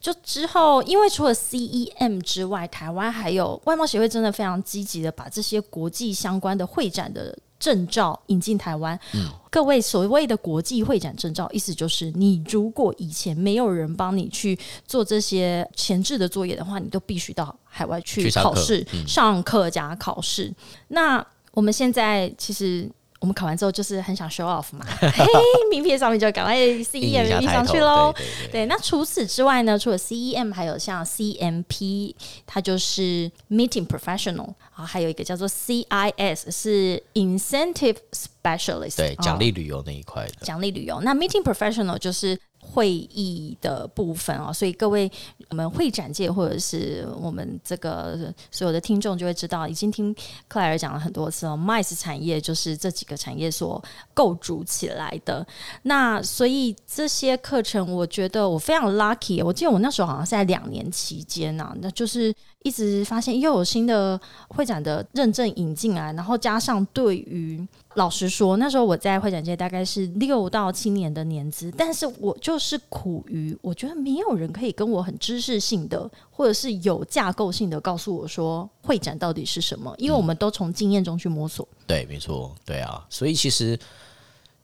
Speaker 1: 就之后，因为除了 CEM 之外，台湾还有外贸协会真的非常积极的把这些国际相关的会展的证照引进台湾。
Speaker 2: 嗯
Speaker 1: 各位所谓的国际会展证照，意思就是你如果以前没有人帮你去做这些前置的作业的话，你都必须到海外去
Speaker 2: 去上课嗯
Speaker 1: 考试、上课加考试。那我们现在其实我们考完之后就是很想 show off 嘛，嘿，名片上面就赶快 CEM
Speaker 2: 硬一
Speaker 1: 名
Speaker 2: 下
Speaker 1: 片
Speaker 2: 抬
Speaker 1: 上
Speaker 2: 头，
Speaker 1: 去喽。
Speaker 2: 对对对，
Speaker 1: 对，那除此之外呢，除了 CEM，还有像 CMP，它就是 Meeting Professional 啊，还有一个叫做 CIS，是 Incentive Specialist，
Speaker 2: 对
Speaker 1: 啊
Speaker 2: 奖励旅游那一块的，
Speaker 1: 奖励旅游。那 meeting professional 就是会议的部分哦，所以各位我们会展界或者是我们这个所有的听众就会知道，已经听克莱尔讲了很多次了。MICE 哦产业就是这几个产业所构筑起来的。那所以这些课程，我觉得我非常 lucky。我记得我那时候好像是在两年期间啊，那就是一直发现又有新的会展的认证引进来，然后加上对于老实说，那时候我在会展界大概是六到七年的年资，但是我就是苦于我觉得没有人可以跟我很知识性的或者是有架构性的告诉我说会展到底是什么，因为
Speaker 2: 嗯
Speaker 1: 我们都从经验中去摸索。
Speaker 2: 对，没错，对啊，所以其实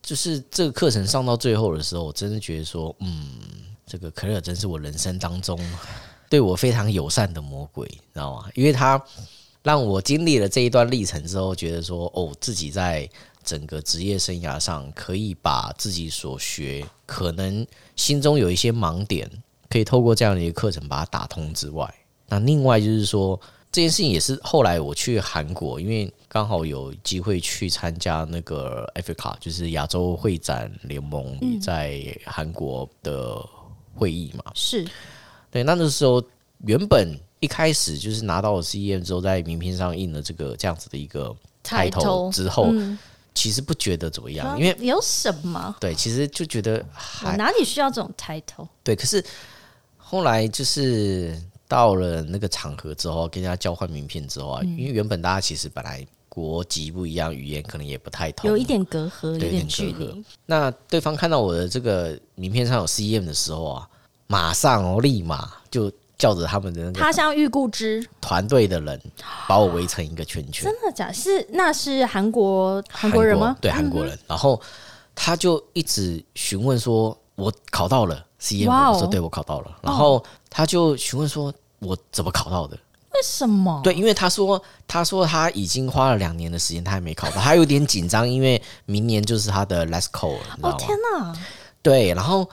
Speaker 2: 就是这个课程上到最后的时候，我真的觉得说，嗯，这个可乐真是我人生当中对我非常友善的魔鬼，你知道吗？因为他让我经历了这一段历程之后，觉得说，哦，自己在整个职业生涯上可以把自己所学可能心中有一些盲点，可以透过这样的一个课程把它打通之外，那另外就是说。这件事情也是后来我去韩国，因为刚好有机会去参加那个 Africa，就是亚洲会展联盟在韩国的会议嘛。
Speaker 1: 是
Speaker 2: 对，那那时候原本一开始就是拿到了 CEM 之后，在名片上印了这个这样子的一个 title 之后，其实不觉得怎么样，因为
Speaker 1: 有什么？
Speaker 2: 对，其实就觉得
Speaker 1: 我
Speaker 2: 还
Speaker 1: 哪里需要这种 title？
Speaker 2: 对，可是后来就是到了那个场合之后，跟人家交换名片之后啊，
Speaker 1: 嗯
Speaker 2: 因为原本大家其实本来国籍不一样，语言可能也不太通，
Speaker 1: 有一点隔阂，有
Speaker 2: 对
Speaker 1: 点
Speaker 2: 有点
Speaker 1: 距
Speaker 2: 隔
Speaker 1: 离。
Speaker 2: 那对方看到我的这个名片上有 CEM 的时候啊，马上哦，立马就叫着他们的那个
Speaker 1: 他乡遇故知，
Speaker 2: 团队的人把我围成一个圈圈，
Speaker 1: 真的假？是那是韩国韩国人吗？嗯
Speaker 2: 对，韩国人。然后他就一直询问说：“我考到了 CM。”
Speaker 1: 哇哦哦
Speaker 2: 我说：“对，我考到了。”然后他就询问说：“我怎么考到的
Speaker 1: 为什么？？”
Speaker 2: 对，因为他说他说他已经花了两年的时间，他还没考到，他有点紧张，因为明年就是他的 Let's Call 了，你知
Speaker 1: 哦
Speaker 2: 道吗？
Speaker 1: 天哪！
Speaker 2: 对，然后。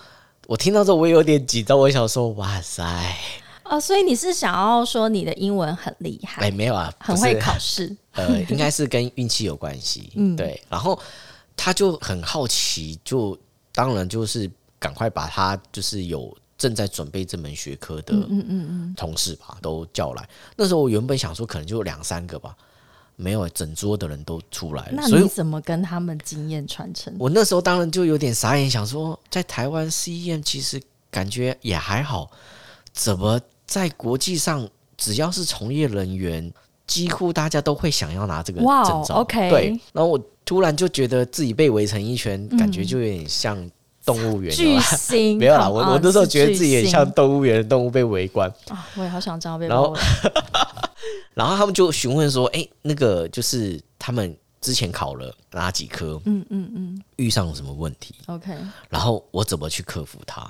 Speaker 2: 我听到之后，我也有点紧张。我想说，哇塞，
Speaker 1: 哦，所以你是想要说你的英文很厉害，
Speaker 2: 哎，没有啊，
Speaker 1: 很
Speaker 2: 不是
Speaker 1: 会考嗯 试，
Speaker 2: 呃，应该是跟运气有关系。对。然后他就很好奇，就当然就是赶快把他就是有正在准备这门学科的
Speaker 1: 嗯
Speaker 2: 同事吧，都叫来。那时候我原本想说可能就两三个吧，没有，整桌的人都出来了，
Speaker 1: 那
Speaker 2: 哎所以
Speaker 1: 你怎么跟他们经验传承？
Speaker 2: 我那时候当然就有点傻眼，想说在台湾 CEM 其实感觉也还好，怎么在国际上只要是从业人员，几乎大家都会想要拿这个
Speaker 1: 哇哦
Speaker 2: 证照。
Speaker 1: OK
Speaker 2: 对，然后我突然就觉得自己被围成一圈，感觉就有点像动物园。
Speaker 1: 嗯
Speaker 2: 有没
Speaker 1: 巨
Speaker 2: 有啊
Speaker 1: 星
Speaker 2: 没有啦，
Speaker 1: come
Speaker 2: 我
Speaker 1: on，
Speaker 2: 我那时候
Speaker 1: 是
Speaker 2: 觉得自己很
Speaker 1: 巨星
Speaker 2: 像动物园的动物被围观，
Speaker 1: 啊，我也好想这样被
Speaker 2: 然后
Speaker 1: 包围
Speaker 2: 然后他们就询问说：“哎、那个就是他们之前考了哪几科？嗯嗯嗯，遇上了什么问题？
Speaker 1: OK，
Speaker 2: 然后我怎么去克服它？”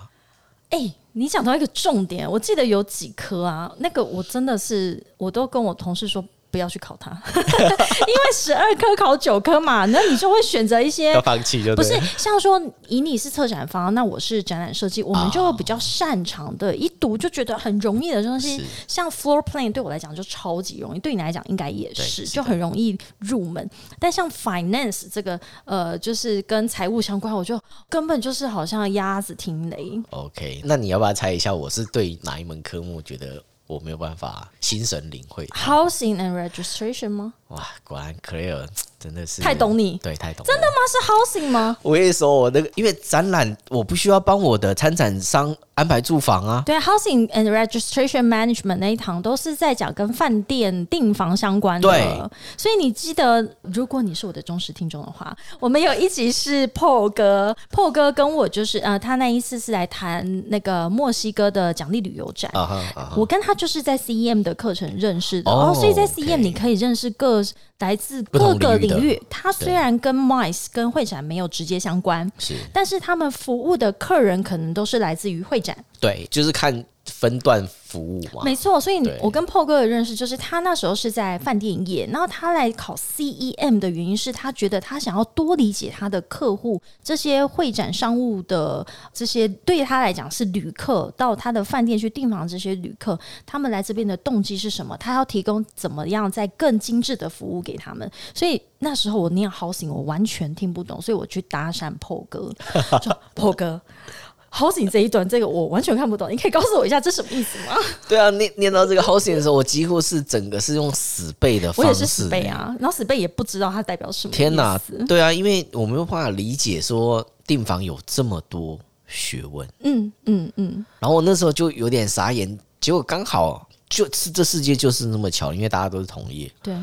Speaker 1: 哎、你讲到一个重点，我记得有几科啊，那个我真的是，我都跟我同事说不要去考它， 因为十二科考九科嘛，那你就会选择一些
Speaker 2: 要放弃就
Speaker 1: 不
Speaker 2: 对
Speaker 1: 是
Speaker 2: 了。
Speaker 1: 像说以你是策展方，那我是展览设计，我们就会比较擅长的，一读就觉得很容易的东西
Speaker 2: 是。
Speaker 1: 像 floor plan 对我来讲就超级容易，对你来讲应该也
Speaker 2: 对
Speaker 1: 是，
Speaker 2: 是
Speaker 1: 就很容易入门。但像 finance 这个，呃，就是跟财务相关，我就根本就是好像鸭子听雷。
Speaker 2: OK，那你要不要猜一下，我是对哪一门科目觉得我没有办法心神领会？
Speaker 1: Housing and registration 吗？
Speaker 2: 哇，果然 Clare 真的是
Speaker 1: 太懂你
Speaker 2: 对，太懂。真的吗？
Speaker 1: 那啊是 housing 吗？
Speaker 2: 我跟你说，我那个因为展览，我不需要帮我的参展商安排住房啊。
Speaker 1: 对，housing and registration management 那一堂都是在讲跟饭店订房相关的。
Speaker 2: 对，
Speaker 1: 所以你记得，如果你是我的忠实听众的话，我们有一集是 Paul 哥，Paul 哥跟我就是呃，他那一次是来谈那个墨西哥的奖励旅游展。
Speaker 2: 啊哈啊哈，
Speaker 1: 我跟他就是在 CEM 的课程认识的
Speaker 2: 哦
Speaker 1: 哦，所以在
Speaker 2: OK
Speaker 1: CEM 你可以认识各来自
Speaker 2: 不同
Speaker 1: 各个
Speaker 2: 领域的
Speaker 1: 领域。它虽然跟 MICE 跟会展没有直接相关，
Speaker 2: 是
Speaker 1: 但是他们服务的客人可能都是来自于会展。
Speaker 2: 对，就是看分段服务嘛。
Speaker 1: 没错，所以你
Speaker 2: 对
Speaker 1: 我跟 Paul 哥的认识就是，他那时候是在饭店业，然后他来考 CEM 的原因是他觉得他想要多理解他的客户，这些会展商务的这些对他来讲是旅客，到他的饭店去订房这些旅客，他们来这边的动机是什么？他要提供怎么样在更精致的服务给他们？所以那时候我念 housing，我完全听不懂，所以我去搭讪 Paul 哥，说 Paul 哥。housing 这一段，这个我完全看不懂，你可以告诉我一下这什么意思吗？
Speaker 2: 对啊，念念到这个 housing 的时候，我几乎是整个是用死背的
Speaker 1: 我
Speaker 2: 方式、
Speaker 1: 也是死背！啊，然后死背也不知道它代表什么。
Speaker 2: 天
Speaker 1: 哪
Speaker 2: 哪，，对啊，因为我没有办法理解说订房有这么多学问。
Speaker 1: 嗯嗯嗯，
Speaker 2: 然后我那时候就有点傻眼，结果刚好就是这世界就是那么巧，因为大家都是同业，
Speaker 1: 对，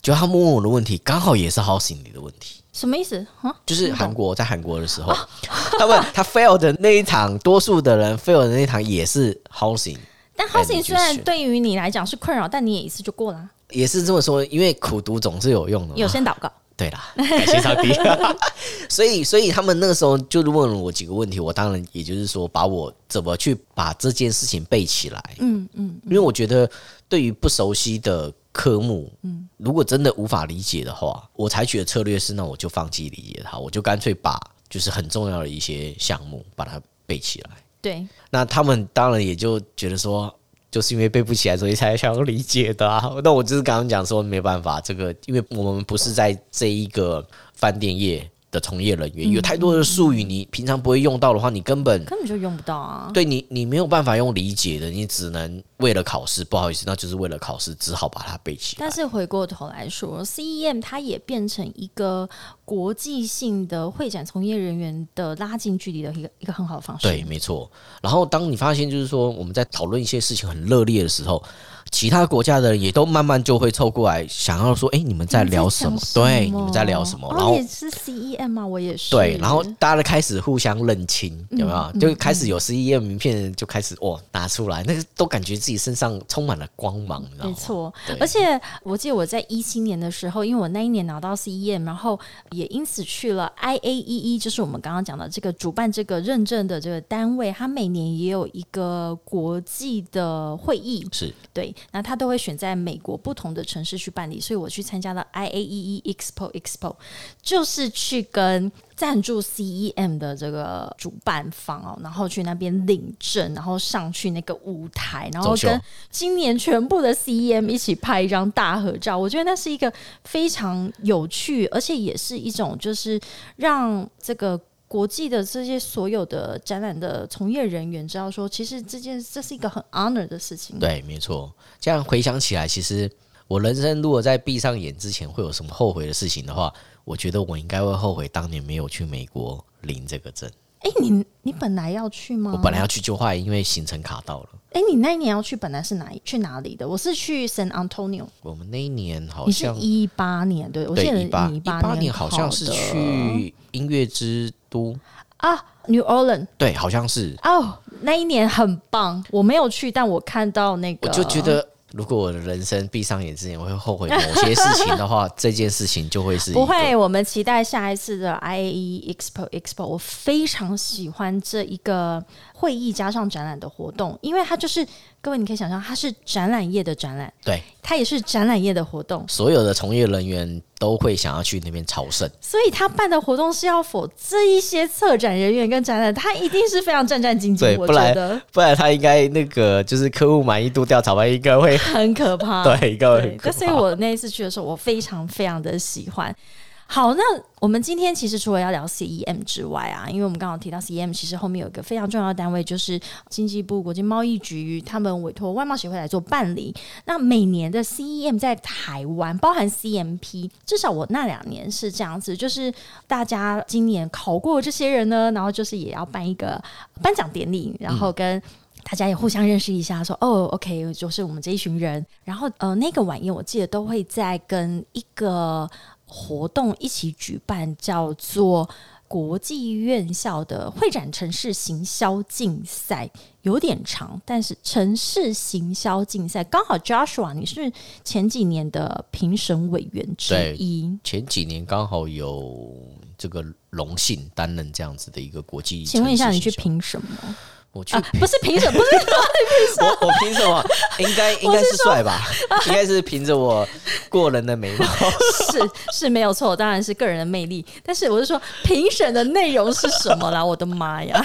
Speaker 2: 就他问我的问题刚好也是 housing 里的问题。
Speaker 1: 什么意思啊？
Speaker 2: 就是韩国，在韩国的时候，他们他 fail 的那一场，多数的人 fail 的那一场也是 housing，
Speaker 1: 但
Speaker 2: 哎
Speaker 1: housing
Speaker 2: 你去
Speaker 1: 虽然
Speaker 2: 学
Speaker 1: 对于你来讲是困扰，但你也一次就过啦。
Speaker 2: 也是这么说，因为苦读总是有用的嘛。
Speaker 1: 有先祷告，
Speaker 2: 对啦，感谢上 帝。所以，所以他们那个时候就问了我几个问题，我当然也就是说，把我怎么去把这件事情背起来。嗯嗯，因为我觉得对于不熟悉的科目，嗯，如果真的无法理解的话，我采取的策略是，那我就放弃理解它，我就干脆把就是很重要的一些项目把它背起来。
Speaker 1: 对，
Speaker 2: 那他们当然也就觉得说，就是因为背不起来，所以才想要理解的啊。 那我就是刚刚讲说，没办法，这个因为我们不是在这一个饭店业的从业人员，有太多的术语你平常不会用到的话，你根本。
Speaker 1: 根本就用不到啊。
Speaker 2: 对你，你没有办法用理解的，你只能为了考试，不好意思，那就是为了考试，只好把它背起来。
Speaker 1: 但是回过头来说，CEM 它也变成一个国际性的会展从业人员的拉近距离的一个一个很好的方式。
Speaker 2: 对，，没错。然后当你发现，就是说我们在讨论一些事情很热烈的时候，其他国家的人也都慢慢就会凑过来，想要说：“哎、你们在聊什么？”对，你们在聊什么？
Speaker 1: 哦
Speaker 2: 然后
Speaker 1: 也是 CEM 嘛，我也是。
Speaker 2: 对，然后大家都开始互相认亲，有没
Speaker 1: 嗯
Speaker 2: 有？就开始有 CEM 名片就开始哇拿出来，那个都感觉自己身上充满了光芒，你知道
Speaker 1: 没
Speaker 2: 吗？
Speaker 1: 错
Speaker 2: 哦对，
Speaker 1: 而且我记得我在一七年的时候，因为我那一年拿到 CEM，然后也因此去了 IAEE，就是我 E，们刚刚讲的这个主办这个认证的这个单位，它每年也有一个国际的会议，
Speaker 2: 是
Speaker 1: 对，那它都会选在美国不同的城市去办理，所以我去参加了 IAEE E Expo Expo，就是去跟赞助 CEM 的这个主办方哦，然后去那边领证，然后上去那个舞台，然后
Speaker 2: 走秀
Speaker 1: 跟今年全部的 CEM 一起拍一张大合照。我觉得那是一个非常有趣，而且也是一种就是让这个。国际的这些所有的展览的从业人员知道说，其实这件这是一个很 honor 的事情。
Speaker 2: 对，没错。这样回想起来，其实我人生如果在闭上眼之前会有什么后悔的事情的话，我觉得我应该会后悔当年没有去美国领这个证。
Speaker 1: 哎、你你本来要去吗？
Speaker 2: 我本来要去，就后来因为行程卡到了。
Speaker 1: 哎、你那一年要去，本来是哪一去哪里的？我是去 San Antonio，
Speaker 2: 我们那一年好
Speaker 1: 你是
Speaker 2: 像
Speaker 1: 一八年对，我记
Speaker 2: 对
Speaker 1: 得
Speaker 2: 一
Speaker 1: 你
Speaker 2: 八
Speaker 1: 一
Speaker 2: 八
Speaker 1: 年
Speaker 2: 年好像是
Speaker 1: 考的
Speaker 2: 去音乐之都，
Speaker 1: 啊 New Orleans
Speaker 2: 对，好像是。
Speaker 1: 哦，那一年很棒，我没有去，但我看到那
Speaker 2: 我
Speaker 1: 个，
Speaker 2: 就觉得，如果我的人生闭上眼之前我会后悔某些事情的话， 这件事情就会是一个
Speaker 1: 不会，我们期待下一次的 IAE Expo Expo。我非常喜欢这一个会议加上展览的活动，因为它就是各位你可以想象，它是展览业的展览，
Speaker 2: 对
Speaker 1: 它也是展览业的活动，
Speaker 2: 所有的从业人员都会想要去那边朝圣。
Speaker 1: 所以他办的活动是要否这一些策展人员跟展览，他一定是非常战战兢
Speaker 2: 对
Speaker 1: 兢，我
Speaker 2: 不
Speaker 1: 觉
Speaker 2: 然
Speaker 1: 得
Speaker 2: 不然他应该那个就是客户满意度调查吧，应该 会、
Speaker 1: 很可怕。
Speaker 2: 对，应该会
Speaker 1: 对
Speaker 2: 很，可
Speaker 1: 但
Speaker 2: 怕
Speaker 1: 所以我那一次去的时候，我非常非常的喜欢。好，那我们今天其实除了要聊 CEM 之外啊，因为我们刚好提到 CEM，其实后面有一个非常重要的单位，就是经济部国际贸易局，他们委托外贸协会来做办理。那每年的 CEM 在台湾，包含 CMP，至少我那两年是这样子，就是大家今年考过这些人呢，然后就是也要办一个颁奖典礼，然后跟。大家也互相认识一下，说哦，OK，就是我们这一群人。然后呃，那个晚宴我记得都会在跟一个活动一起举办，叫做国际院校的会展城市行销竞赛，有点长，但是城市行销竞赛刚好 Joshua 你是前几年的评审委员之
Speaker 2: 对
Speaker 1: 一，
Speaker 2: 前几年刚好有这个荣幸担任这样子的一个国际。
Speaker 1: 请问一下你去？评什么？
Speaker 2: 我去
Speaker 1: 啊，不是评审，不是
Speaker 2: 我我凭什么？应 该应该是帅吧？应该是凭着我过人的美貌。
Speaker 1: 是 是没有错，当然是个人的魅力。但是我是说，评审的内容是什么啦？我的妈呀！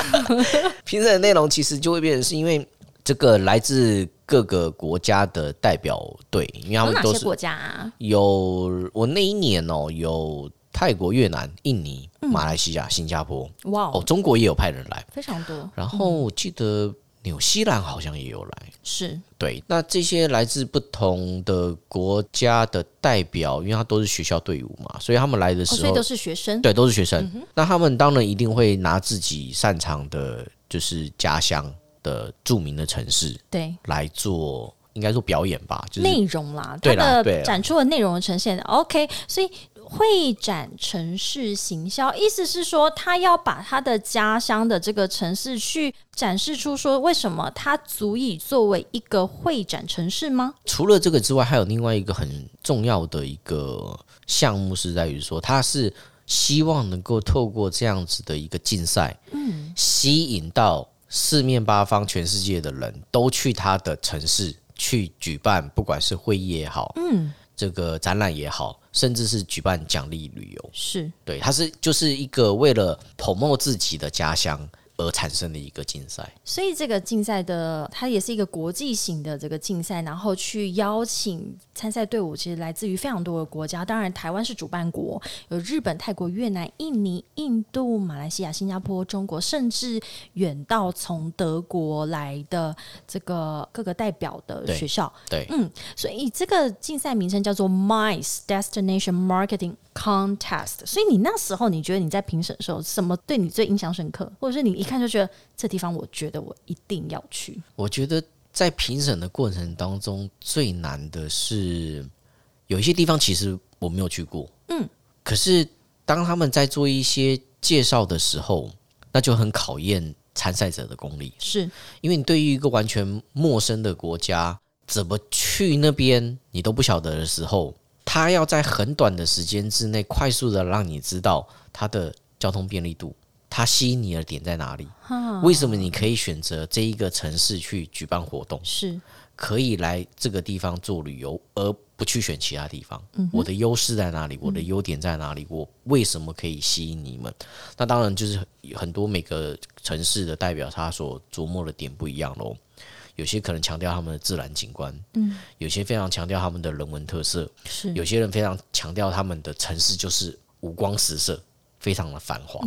Speaker 2: 评审的内容其实就会变成是因为这个来自各个国家的代表队，因为他
Speaker 1: 有
Speaker 2: 们
Speaker 1: 哪
Speaker 2: 都
Speaker 1: 些
Speaker 2: 是
Speaker 1: 国家、啊？
Speaker 2: 有我那一年哦、有泰国、越南、印尼、马来西亚、新加坡
Speaker 1: 哇、
Speaker 2: 哦，中国也有派人来，
Speaker 1: 非常多，
Speaker 2: 然后我记得纽西兰好像也有来。
Speaker 1: 是
Speaker 2: 对，那这些来自不同的国家的代表，因为他都是学校队伍嘛，所以他们来的
Speaker 1: 哦，
Speaker 2: 时
Speaker 1: 所
Speaker 2: 候，
Speaker 1: 以都是学生。
Speaker 2: 对，都是学生。那他们当然一定会拿自己擅长的，就是家乡的著名的城市
Speaker 1: 对。
Speaker 2: 来做，应该说表演吧，就是
Speaker 1: 内容啦，它
Speaker 2: 对啦对啊
Speaker 1: 的
Speaker 2: 啦
Speaker 1: 展出的内容的呈现，OK，所以会展城市行销，意思是说他要把他的家乡的这个城市去展示出，说为什么它足以作为一个会展城市吗？
Speaker 2: 除了这个之外，还有另外一个很重要的一个项目是在于说，它是希望能够透过这样子的一个竞赛，嗯，吸引到四面八方、全世界的人都去他的城市去举办，不管是会议也好，嗯，这个展览也好，甚至是举办奖励旅游，
Speaker 1: 是
Speaker 2: 对，它是就是一个为了 promote 自己的家乡而产生的一个竞赛。
Speaker 1: 所以这个竞赛的，它也是一个国际型的这个竞赛，然后去邀请参赛队伍，其实来自于非常多的国家。当然，台湾是主办国，有日本、泰国、越南、印尼、印度、马来西亚、新加坡、中国，甚至远到从德国来的这个各个代表的
Speaker 2: 对
Speaker 1: 学校。嗯
Speaker 2: 对，
Speaker 1: 所以这个竞赛名称叫做 MICE Destination Marketing Contest。所以你那时候你觉得你在评审的时候，什么对你最印象深刻，或者是你一看就觉得这地方我觉得我一定要去？
Speaker 2: 我觉得在评审的过程当中，最难的是有一些地方其实我没有去过，嗯，可是当他们在做一些介绍的时候，那就很考验参赛者的功力，
Speaker 1: 是
Speaker 2: 因为你对于一个完全陌生的国家，怎么去那边你都不晓得的时候，他要在很短的时间之内快速的让你知道它的交通便利度，它吸引你的点在哪里，
Speaker 1: 哦
Speaker 2: 为什么你可以选择这一个城市去举办活动，
Speaker 1: 是，
Speaker 2: 可以来这个地方做旅游，而不去选其他地方。我的优势在哪里？我的优点在哪里？我为什么可以吸引你们？那当然就是很很多每个城市的代表他所琢磨的点不一样喽。有些可能强调他们的自然景观，嗯，有些非常强调他们的人文特色，
Speaker 1: 是
Speaker 2: 有些人非常强调他们的城市就是五光十色，非常的繁华，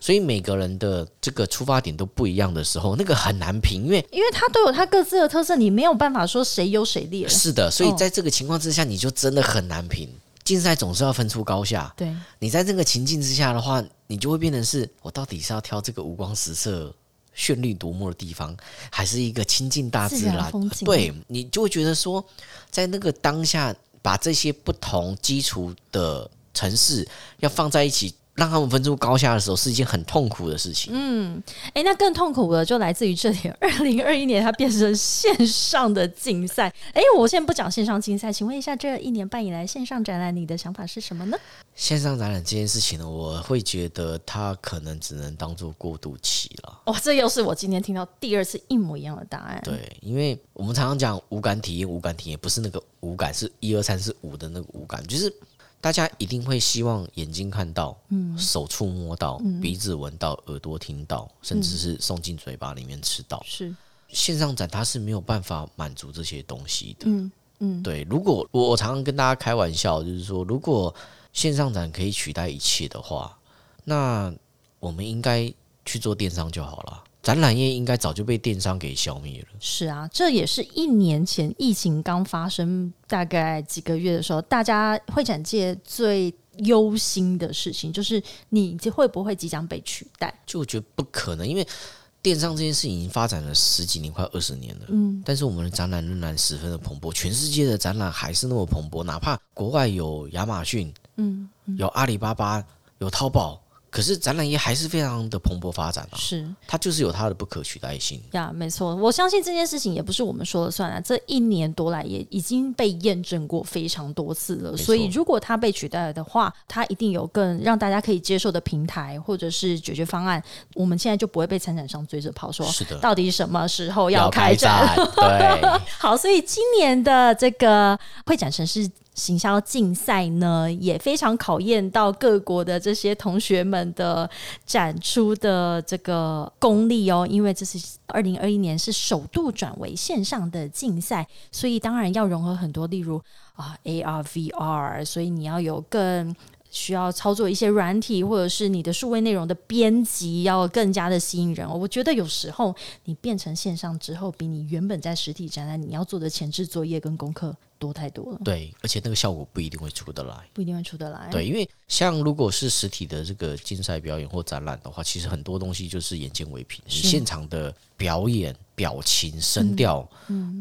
Speaker 2: 所以每个人的这个出发点都不一样的时候，那个很难评，因为
Speaker 1: 因为它都有它各自的特色，你没有办法说谁优谁劣。
Speaker 2: 是的，
Speaker 1: 哦
Speaker 2: 所以在这个情况之下，你就真的很难评。竞赛总是要分出高下，
Speaker 1: 对，
Speaker 2: 你在这个情境之下的话，你就会变成是我到底是要挑这个五光十色、绚丽夺目的地方，还是一个亲近大自
Speaker 1: 自
Speaker 2: 然？
Speaker 1: 然风景
Speaker 2: 对你就会觉得说，在那个当下，把这些不同基础的城市要放在一起，让他们分出高下的时候，是一件很痛苦的事情。
Speaker 1: 哎，那更痛苦的就来自于这里， 二零二一年它变成线上的竞赛。哎，我先不讲线上竞赛，请问一下，这一年半以来线上展览，你的想法是什么呢？
Speaker 2: 线上展览这件事情呢，我会觉得它可能只能当做过渡期了。
Speaker 1: 哇，这又是我今天听到第二次一模一样的答案。
Speaker 2: 对，因为我们常常讲无感体验，无感体验不是那个无感，是一二三四五的那个无感，就是大家一定会希望眼睛看到，嗯，手触摸到，
Speaker 1: 嗯
Speaker 2: 鼻子闻到，耳朵听到，甚至是送进嘴巴里面吃到。
Speaker 1: 是
Speaker 2: 线上展它是没有办法满足这些东西的。
Speaker 1: 嗯嗯
Speaker 2: 对，如果我我常常跟大家开玩笑，就是说，如果线上展可以取代一切的话，那我们应该去做电商就好了。展览业应该早就被电商给消灭了。
Speaker 1: 是啊，这也是一年前疫情刚发生大概几个月的时候，大家会展界最忧心的事情，就是你会不会即将被取代？
Speaker 2: 就我觉得不可能，因为电商这件事已经发展了十几年，快二十年了。嗯，但是我们的展览仍然十分的蓬勃，全世界的展览还是那么蓬勃，哪怕国外有亚马逊，
Speaker 1: 嗯，
Speaker 2: 有阿里巴巴，有淘宝，可是展览业还是非常的蓬勃发展啊。
Speaker 1: 是
Speaker 2: 它就是有它的不可取代性。
Speaker 1: 呀没错，我相信这件事情也不是我们说了算啊，这一年多来也已经被验证过非常多次了。
Speaker 2: 错
Speaker 1: 所以如果它被取代了的话，它一定有更让大家可以接受的平台或者是解决方案。我们现在就不会被参展商追着跑说，
Speaker 2: 是的，
Speaker 1: 到底什么时候要开展？
Speaker 2: 展，对，
Speaker 1: 好，所以今年的这个会展城市行销竞赛呢，也非常考验到各国的这些同学们的展出的这个功力哦，因为这是二零二一年是首度转为线上的竞赛，所以当然要融合很多，例如啊 AR、VR，所以你要有更。需要操作一些软体，或者是你的数位内容的编辑要更加的吸引人哦。我觉得有时候你变成线上之后，比你原本在实体展览你要做的前置作业跟功课多太多了，
Speaker 2: 对，而且那个效果不一定会出得来。
Speaker 1: 不一定会出得来。
Speaker 2: 对，因为像如果是实体的这个竞赛表演或展览的话，其实很多东西就是眼见为凭，你
Speaker 1: 是嗯
Speaker 2: 现场的表演、表情、声调，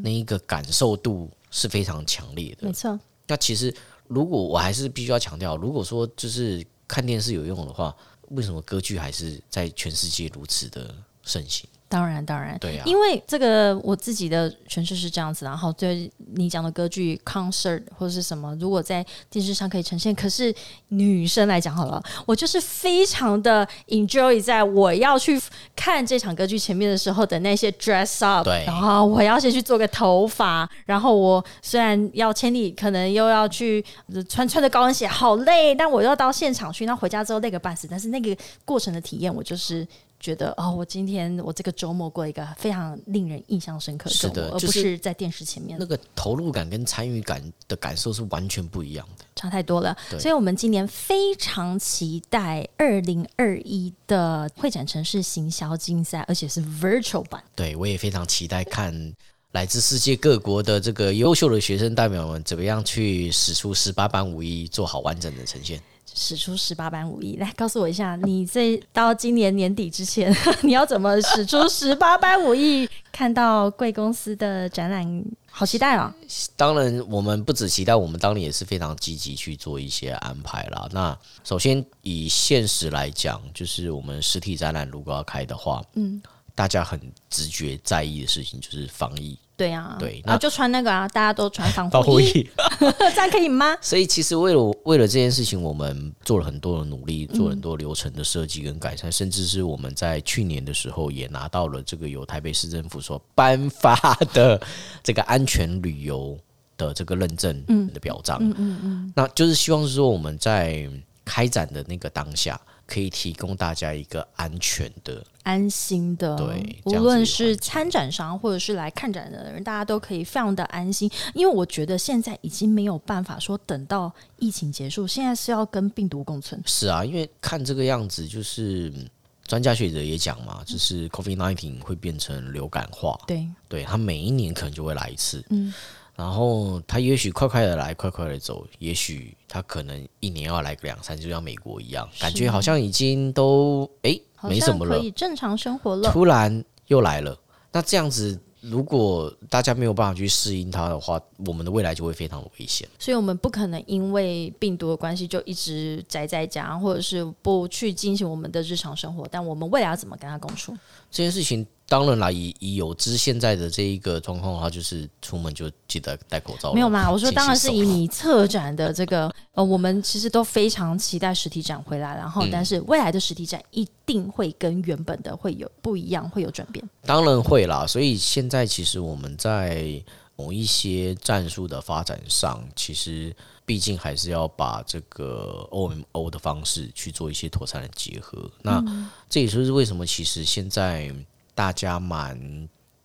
Speaker 2: 那一个感受度是非常强烈的
Speaker 1: 没。错，
Speaker 2: 那其实如果我还是必须要强调，如果说就是看电视有用的话，为什么歌剧还是在全世界如此的盛行？
Speaker 1: 当然当然。
Speaker 2: 对啊，
Speaker 1: 因为这个我自己的诠释是这样子，然后对你讲的歌剧 concert 或者是什么，如果在电视上可以呈现，可是女生来讲好了，我就是非常的 enjoy 在我要去看这场歌剧前面的时候的那些 dress up，
Speaker 2: 对
Speaker 1: 然后我要先去做个头发，然后我虽然要千里，可能又要去呃穿穿着高跟鞋，好累，但我要到现场去，那回家之后累个半死，但是那个过程的体验，我就是。觉得哦，我今天我这个周末过一个非常令人印象深刻的周
Speaker 2: 是
Speaker 1: 末，
Speaker 2: 的
Speaker 1: 而
Speaker 2: 就
Speaker 1: 不
Speaker 2: 是
Speaker 1: 是在电视前面
Speaker 2: 那个投入感跟参与感的感受是完全不一样的。
Speaker 1: 差太多了，
Speaker 2: 对
Speaker 1: 所以我们今年非常期待二零二一的会展城市行销竞赛，而且是 virtual 版。
Speaker 2: 对我也非常期待看来自世界各国的这个优秀的学生代表们怎么样去使出十八般武艺，做好完整的呈现。
Speaker 1: 使出十八般武艺，来告诉我一下，你这到今年年底之前， 你要怎么使出十八般武艺？看到贵公司的展览，好期待哦！
Speaker 2: 当然，我们不止期待，我们当然也是非常积极去做一些安排啦。那首先以现实来讲，就是我们实体展览如果要开的话，嗯，大家很直觉在意的事情就是防疫，
Speaker 1: 对啊，
Speaker 2: 对
Speaker 1: 然
Speaker 2: 那
Speaker 1: 后就穿那个啊，大家都穿防护衣，
Speaker 2: 疫。
Speaker 1: 这样可以吗？
Speaker 2: 所以其实为了为了这件事情，我们做了很多的努力，做了很多流程的设计跟改善，甚至是我们在去年的时候也拿到了这个由台北市政府所颁发的这个安全旅游的这个认证的表彰。嗯嗯嗯，那就是希望是说我们在开展的那个当下，可以提供大家一个安全的
Speaker 1: 安心的，
Speaker 2: 对
Speaker 1: 无
Speaker 2: 这样子有
Speaker 1: 论
Speaker 2: 安
Speaker 1: 是
Speaker 2: 全
Speaker 1: 参展商或者是来看展的人，大家都可以非常的安心，因为我觉得现在已经没有办法说等到疫情结束，现在是要跟病毒共存，
Speaker 2: 是啊，因为看这个样子，就是嗯专家学者也讲嘛，就是 COVID nineteen 会变成流感化。
Speaker 1: 对，
Speaker 2: 对，它每一年可能就会来一次，
Speaker 1: 嗯，
Speaker 2: 然后它也许快快的来，快快的走，也许它可能一年要来个两三次，就像美国一样，感觉好像已经都诶
Speaker 1: 好
Speaker 2: 没什
Speaker 1: 像
Speaker 2: 么
Speaker 1: 可
Speaker 2: 了，
Speaker 1: 以正常生活了。
Speaker 2: 突然又来了。那这样子，如果大家没有办法去适应它的话，我们的未来就会非常的危险。
Speaker 1: 所以我们不可能因为病毒的关系就一直宅在家，或者是不去进行我们的日常生活。但我们未来要怎么跟他共处？
Speaker 2: 这件事情当然啦，以以有知现在的这一个状况的话，就是出门就记得戴口罩了。
Speaker 1: 没有嘛？我说
Speaker 2: 勤洗
Speaker 1: 当然是
Speaker 2: 手
Speaker 1: 以你策展的这个，呃，我们其实都非常期待实体展回来，然
Speaker 2: 嗯
Speaker 1: 后但是未来的实体展一定会跟原本的会有不一样，会有转变。
Speaker 2: 当然会啦，所以现在其实我们在某一些战术的发展上，其实毕竟还是要把这个 OMO 的方式去做一些妥善的结合。那这也就是为什么其实现在大家蛮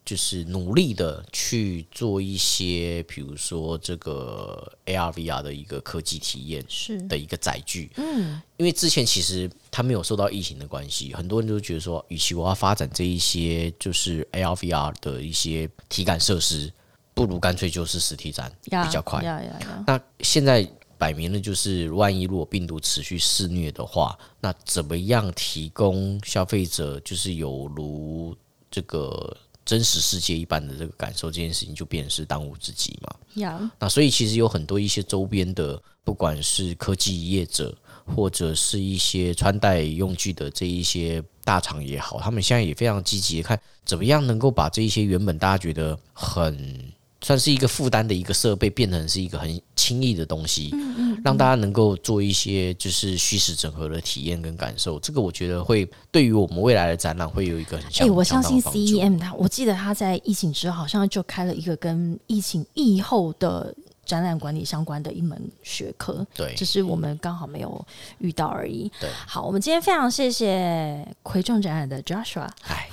Speaker 2: 就是努力的去做一些，比如说这个 AR、VR 的一个科技体验
Speaker 1: 是
Speaker 2: 的一个载具。嗯，因为之前其实它没有受到疫情的关系，很多人都觉得说，与其我要发展这一些就是 AR、VR 的一些体感设施，不如干脆就是实体展
Speaker 1: 呀
Speaker 2: 比较快。
Speaker 1: 呀呀呀，
Speaker 2: 那现在摆明了就是，万一如果病毒持续肆虐的话，那怎么样提供消费者就是有如这个真实世界一般的这个感受，这件事情就变成是当务之急嘛？
Speaker 1: 呀
Speaker 2: 那所以其实有很多一些周边的，不管是科技业者或者是一些穿戴用具的这一些大厂也好，他们现在也非常积极地看怎么样能够把这一些原本大家觉得很算是一个负担的一个设备，变成是一个很轻易的东西，
Speaker 1: 嗯
Speaker 2: 让大家能够做一些就是虚实整合的体验跟感受。这个我觉得会对于我们未来的展览会有一个很
Speaker 1: 哎、
Speaker 2: 相
Speaker 1: 我
Speaker 2: 相
Speaker 1: 相
Speaker 2: 当的
Speaker 1: 信
Speaker 2: 帮助。
Speaker 1: CEM 他，我记得他在疫情之后好像就开了一个跟疫情疫后的展览管理相关的一门学科，
Speaker 2: 对
Speaker 1: 只是我们刚好没有遇到而已。
Speaker 2: 对，
Speaker 1: 好，我们今天非常谢谢葵众展览的 Joshua，
Speaker 2: 哎，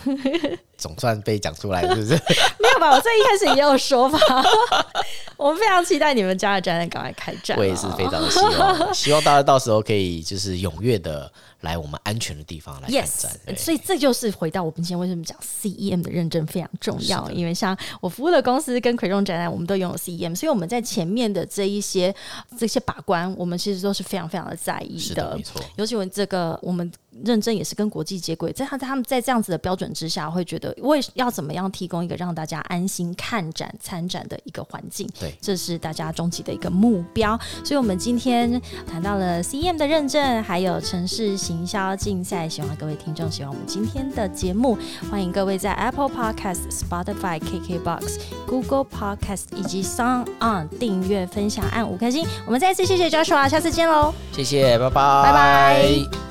Speaker 2: 总算被讲出来了，是不是？
Speaker 1: 没有吧？我在一开始也有说吧， 我们非常期待你们家的展览赶快开展、哦
Speaker 2: 我也是非。常的希 望，希望大家到时候可以就是踊跃的来我们安全的地方来看
Speaker 1: Yes，
Speaker 2: 展。对
Speaker 1: 所以这就是回到我们今天为什么讲 CEM 的认证非常重要，
Speaker 2: 是的
Speaker 1: 因为像我服务的公司跟葵众展览，我们都拥有 CEM，所以我们在前面的这一些这些把关，我们其实都是非常非常的在意
Speaker 2: 是的，没错，
Speaker 1: 尤其我们这个我们认证也是跟国际接轨，在他他们在这样子的标准之下，会觉得为要怎么样提供一个让大家安心看展、参展的一个环境，
Speaker 2: 对
Speaker 1: 这是大家终极的一个目标。所以，我们今天谈到了 CEM 的认证，还有城市行销竞赛，希望各位听众喜欢我们今天的节目，欢迎各位在 Apple Podcast、Spotify、KKBox、Google Podcast 以及 Sound On 订阅、分享、按五颗星。我们再次谢谢 Joshua，下次见喽。
Speaker 2: 谢谢，拜拜，
Speaker 1: 拜拜。